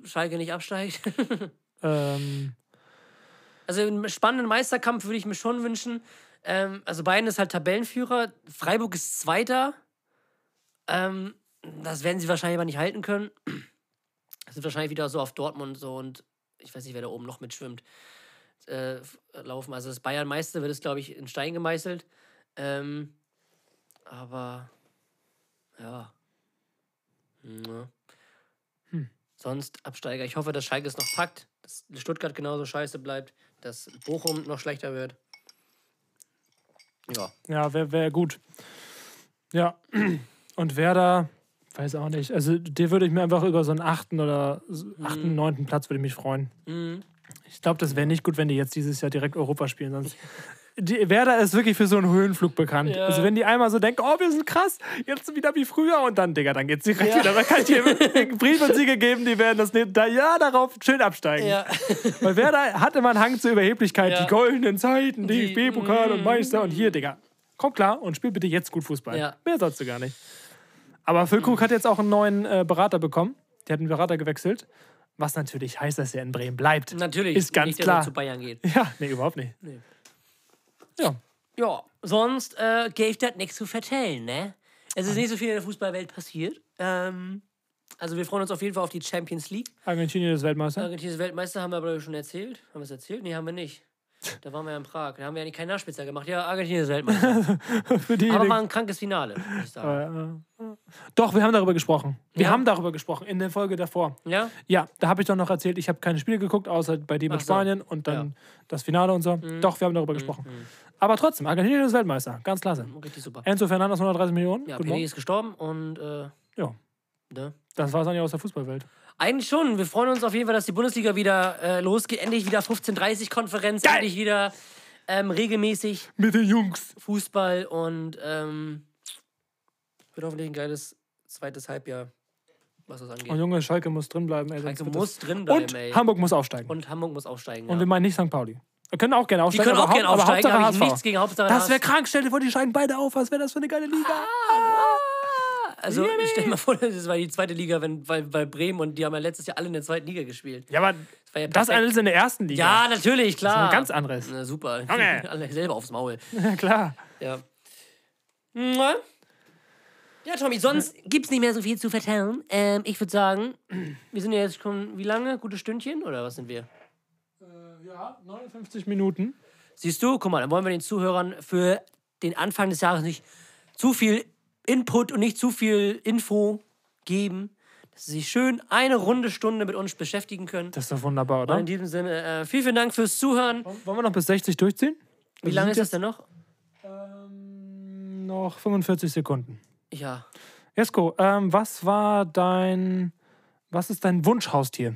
Schalke nicht absteigt? Ähm, Also einen spannenden Meisterkampf würde ich mir schon wünschen. Ähm, also Bayern ist halt Tabellenführer, Freiburg ist Zweiter. Ähm, das werden sie wahrscheinlich aber nicht halten können. Es wird wahrscheinlich wieder so auf Dortmund so und ich weiß nicht, wer da oben noch mitschwimmt, äh, f- laufen. Also das Bayern-Meister wird es, glaube ich, in Stein gemeißelt. Ähm, aber ja. Hm, ja. Sonst Absteiger. Ich hoffe, dass Schalke es noch packt, dass Stuttgart genauso scheiße bleibt, dass Bochum noch schlechter wird. Ja. Ja, wäre wär gut. Ja. Und Werder, weiß auch nicht. Also, dir würde ich mir einfach über so einen achten oder so achten, neunten Platz würde ich mich freuen. Ich glaube, das wäre nicht gut, wenn die jetzt dieses Jahr direkt Europa spielen. Sonst. Die, Werder ist wirklich für so einen Höhenflug bekannt. Also, wenn die einmal so denken, oh, wir sind krass, jetzt wieder wie früher und dann, Digga, dann geht's direkt wieder. Da kann ich dir Brief und Siegel geben, die werden das nächste Jahr darauf schön absteigen. Weil Werder hat immer einen Hang zur Überheblichkeit. Die goldenen Zeiten, DFB-Pokal Mm. und Meister und hier, Digga. Komm klar und spiel bitte jetzt gut Fußball. Ja. Mm. Mehr sollst du gar nicht. Aber Füllkrug hat jetzt auch einen neuen äh, Berater bekommen. Der hat einen Berater gewechselt. Was natürlich heißt, dass er in Bremen bleibt. Natürlich. Ist ganz nicht, dass er klar. zu Bayern geht. Ja, nee, überhaupt nicht. Ja. Ja, sonst äh, gäbe das nichts zu vertellen, ne? Es ist nicht so viel in der Fußballwelt passiert. Ähm, also wir freuen uns auf jeden Fall auf die Champions League. Argentinien ist Weltmeister. Argentinien ist Weltmeister haben wir aber schon erzählt. Haben wir es erzählt? Nee, haben wir nicht. Da waren wir ja in Prag. Da haben wir ja nicht keinen Nachspitzer gemacht. Ja, Argentinien ist Weltmeister. Für die, Aber war ein krankes Finale, muss ich sagen. doch, wir haben darüber gesprochen. Wir Ja? haben darüber gesprochen in der Folge davor. Ja? Ja, da habe ich doch noch erzählt, ich habe keine Spiele geguckt, außer bei dem mit so. Mhm. Spanien und dann das Finale und so. Doch, wir haben darüber gesprochen. Aber trotzdem, Argentinien ist Weltmeister. Ganz klasse. Richtig super. Enzo Fernandes 130 Millionen. Mhm. Ja, Guten Pelé Morgen. ist gestorben und äh, Ja, ne? das war es eigentlich aus der Fußballwelt. Eigentlich schon. Wir freuen uns auf jeden Fall, dass die Bundesliga wieder äh, losgeht. Endlich wieder 15.30-Konferenz. Endlich wieder ähm, regelmäßig Mit den Jungs. Fußball und ähm, wird hoffentlich ein geiles zweites Halbjahr, was das Und angeht. Junge, Schalke muss drinbleiben. Ey, sonst Schalke wird muss das- drin bleiben, Und ey. Hamburg muss aufsteigen. Und, und Hamburg muss aufsteigen. wir Ja. meinen nicht St. Pauli. Wir können auch gerne Die aufsteigen. können auch aber gerne Haupt- aber aufsteigen, Hauptsache habe ich HSV. nichts gegen Hauptsache Das wäre HSV. krank. Stell dir vor, die steigen beide auf. Was wäre das für eine geile Liga? Ah. Also ich stell mir vor, das war die zweite Liga, wenn, weil, weil Bremen und die haben ja letztes Jahr alle in der zweiten Liga gespielt. Ja, aber war ja das perfekt. alles in der ersten Liga. Ja, natürlich, klar. ein ganz anderes. Na, super. Junge. Alle selber aufs Maul. Ja, klar. Ja. Na? Ja, Tommy, sonst gibt's nicht mehr so viel zu vertellen. Ähm, ich würde sagen, wir sind ja jetzt schon wie lange? Gute Stündchen oder was sind wir? Ja, 59 Minuten. Siehst du, guck mal, dann wollen wir den Zuhörern für den Anfang des Jahres nicht zu viel Input und nicht zu viel Info geben, dass sie sich schön eine runde Stunde mit uns beschäftigen können. Das ist doch wunderbar, Und oder? in diesem Sinne, äh, vielen, vielen Dank fürs Zuhören. Wollen wir noch bis 60 durchziehen? Wie lange ist sind das denn noch? Noch 45 Sekunden. Ja. Jesko, ähm, was war dein. Was ist dein Wunschhaustier?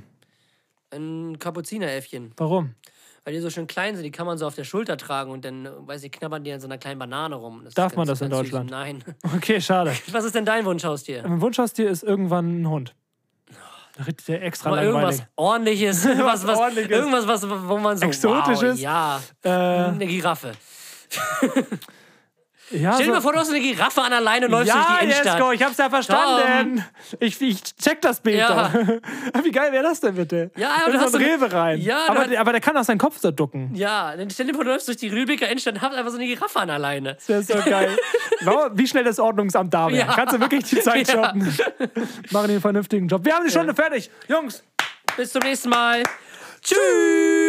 Ein Kapuzineräffchen, Warum? weil die so schön klein sind, die kann man so auf der Schulter tragen und dann, äh, weiß ich, knabbern die an so einer kleinen Banane rum. Das Darf ist man das in süß. Deutschland? Nein. Okay, schade. Was ist denn dein Wunschhaustier? Mein Wunschhaustier ist irgendwann ein Hund. Da redet der extra Mal irgendwas langweilig. ordentliches, irgendwas, was, Ordentliches. irgendwas, was, wo man so Exotisches. Wow, ja, Äh, eine Giraffe. ja, Stell dir so- mal vor, du hast eine Giraffe an alleine läufst durch also ja, die Innenstadt. Jesko, ich hab's ja verstanden. Ich, ich check das Bild Ja. da. Wie geil wäre das denn bitte? Ja, aber In du so hast einen so eine- Rewe rein. Ja, du aber, hast- der- aber der kann auch seinen Kopf so ducken. ja, dann stell dir vor, du läufst durch die Rübecker Innenstadt und hast einfach so eine Giraffe an alleine. Das ist so geil. Wow, Wie schnell das Ordnungsamt da wäre. Ja. Kannst du wirklich die Zeit Ja. shoppen. Machen den vernünftigen Job. Wir haben die Stunde fertig. Jungs, Bis zum nächsten Mal. Tschüss.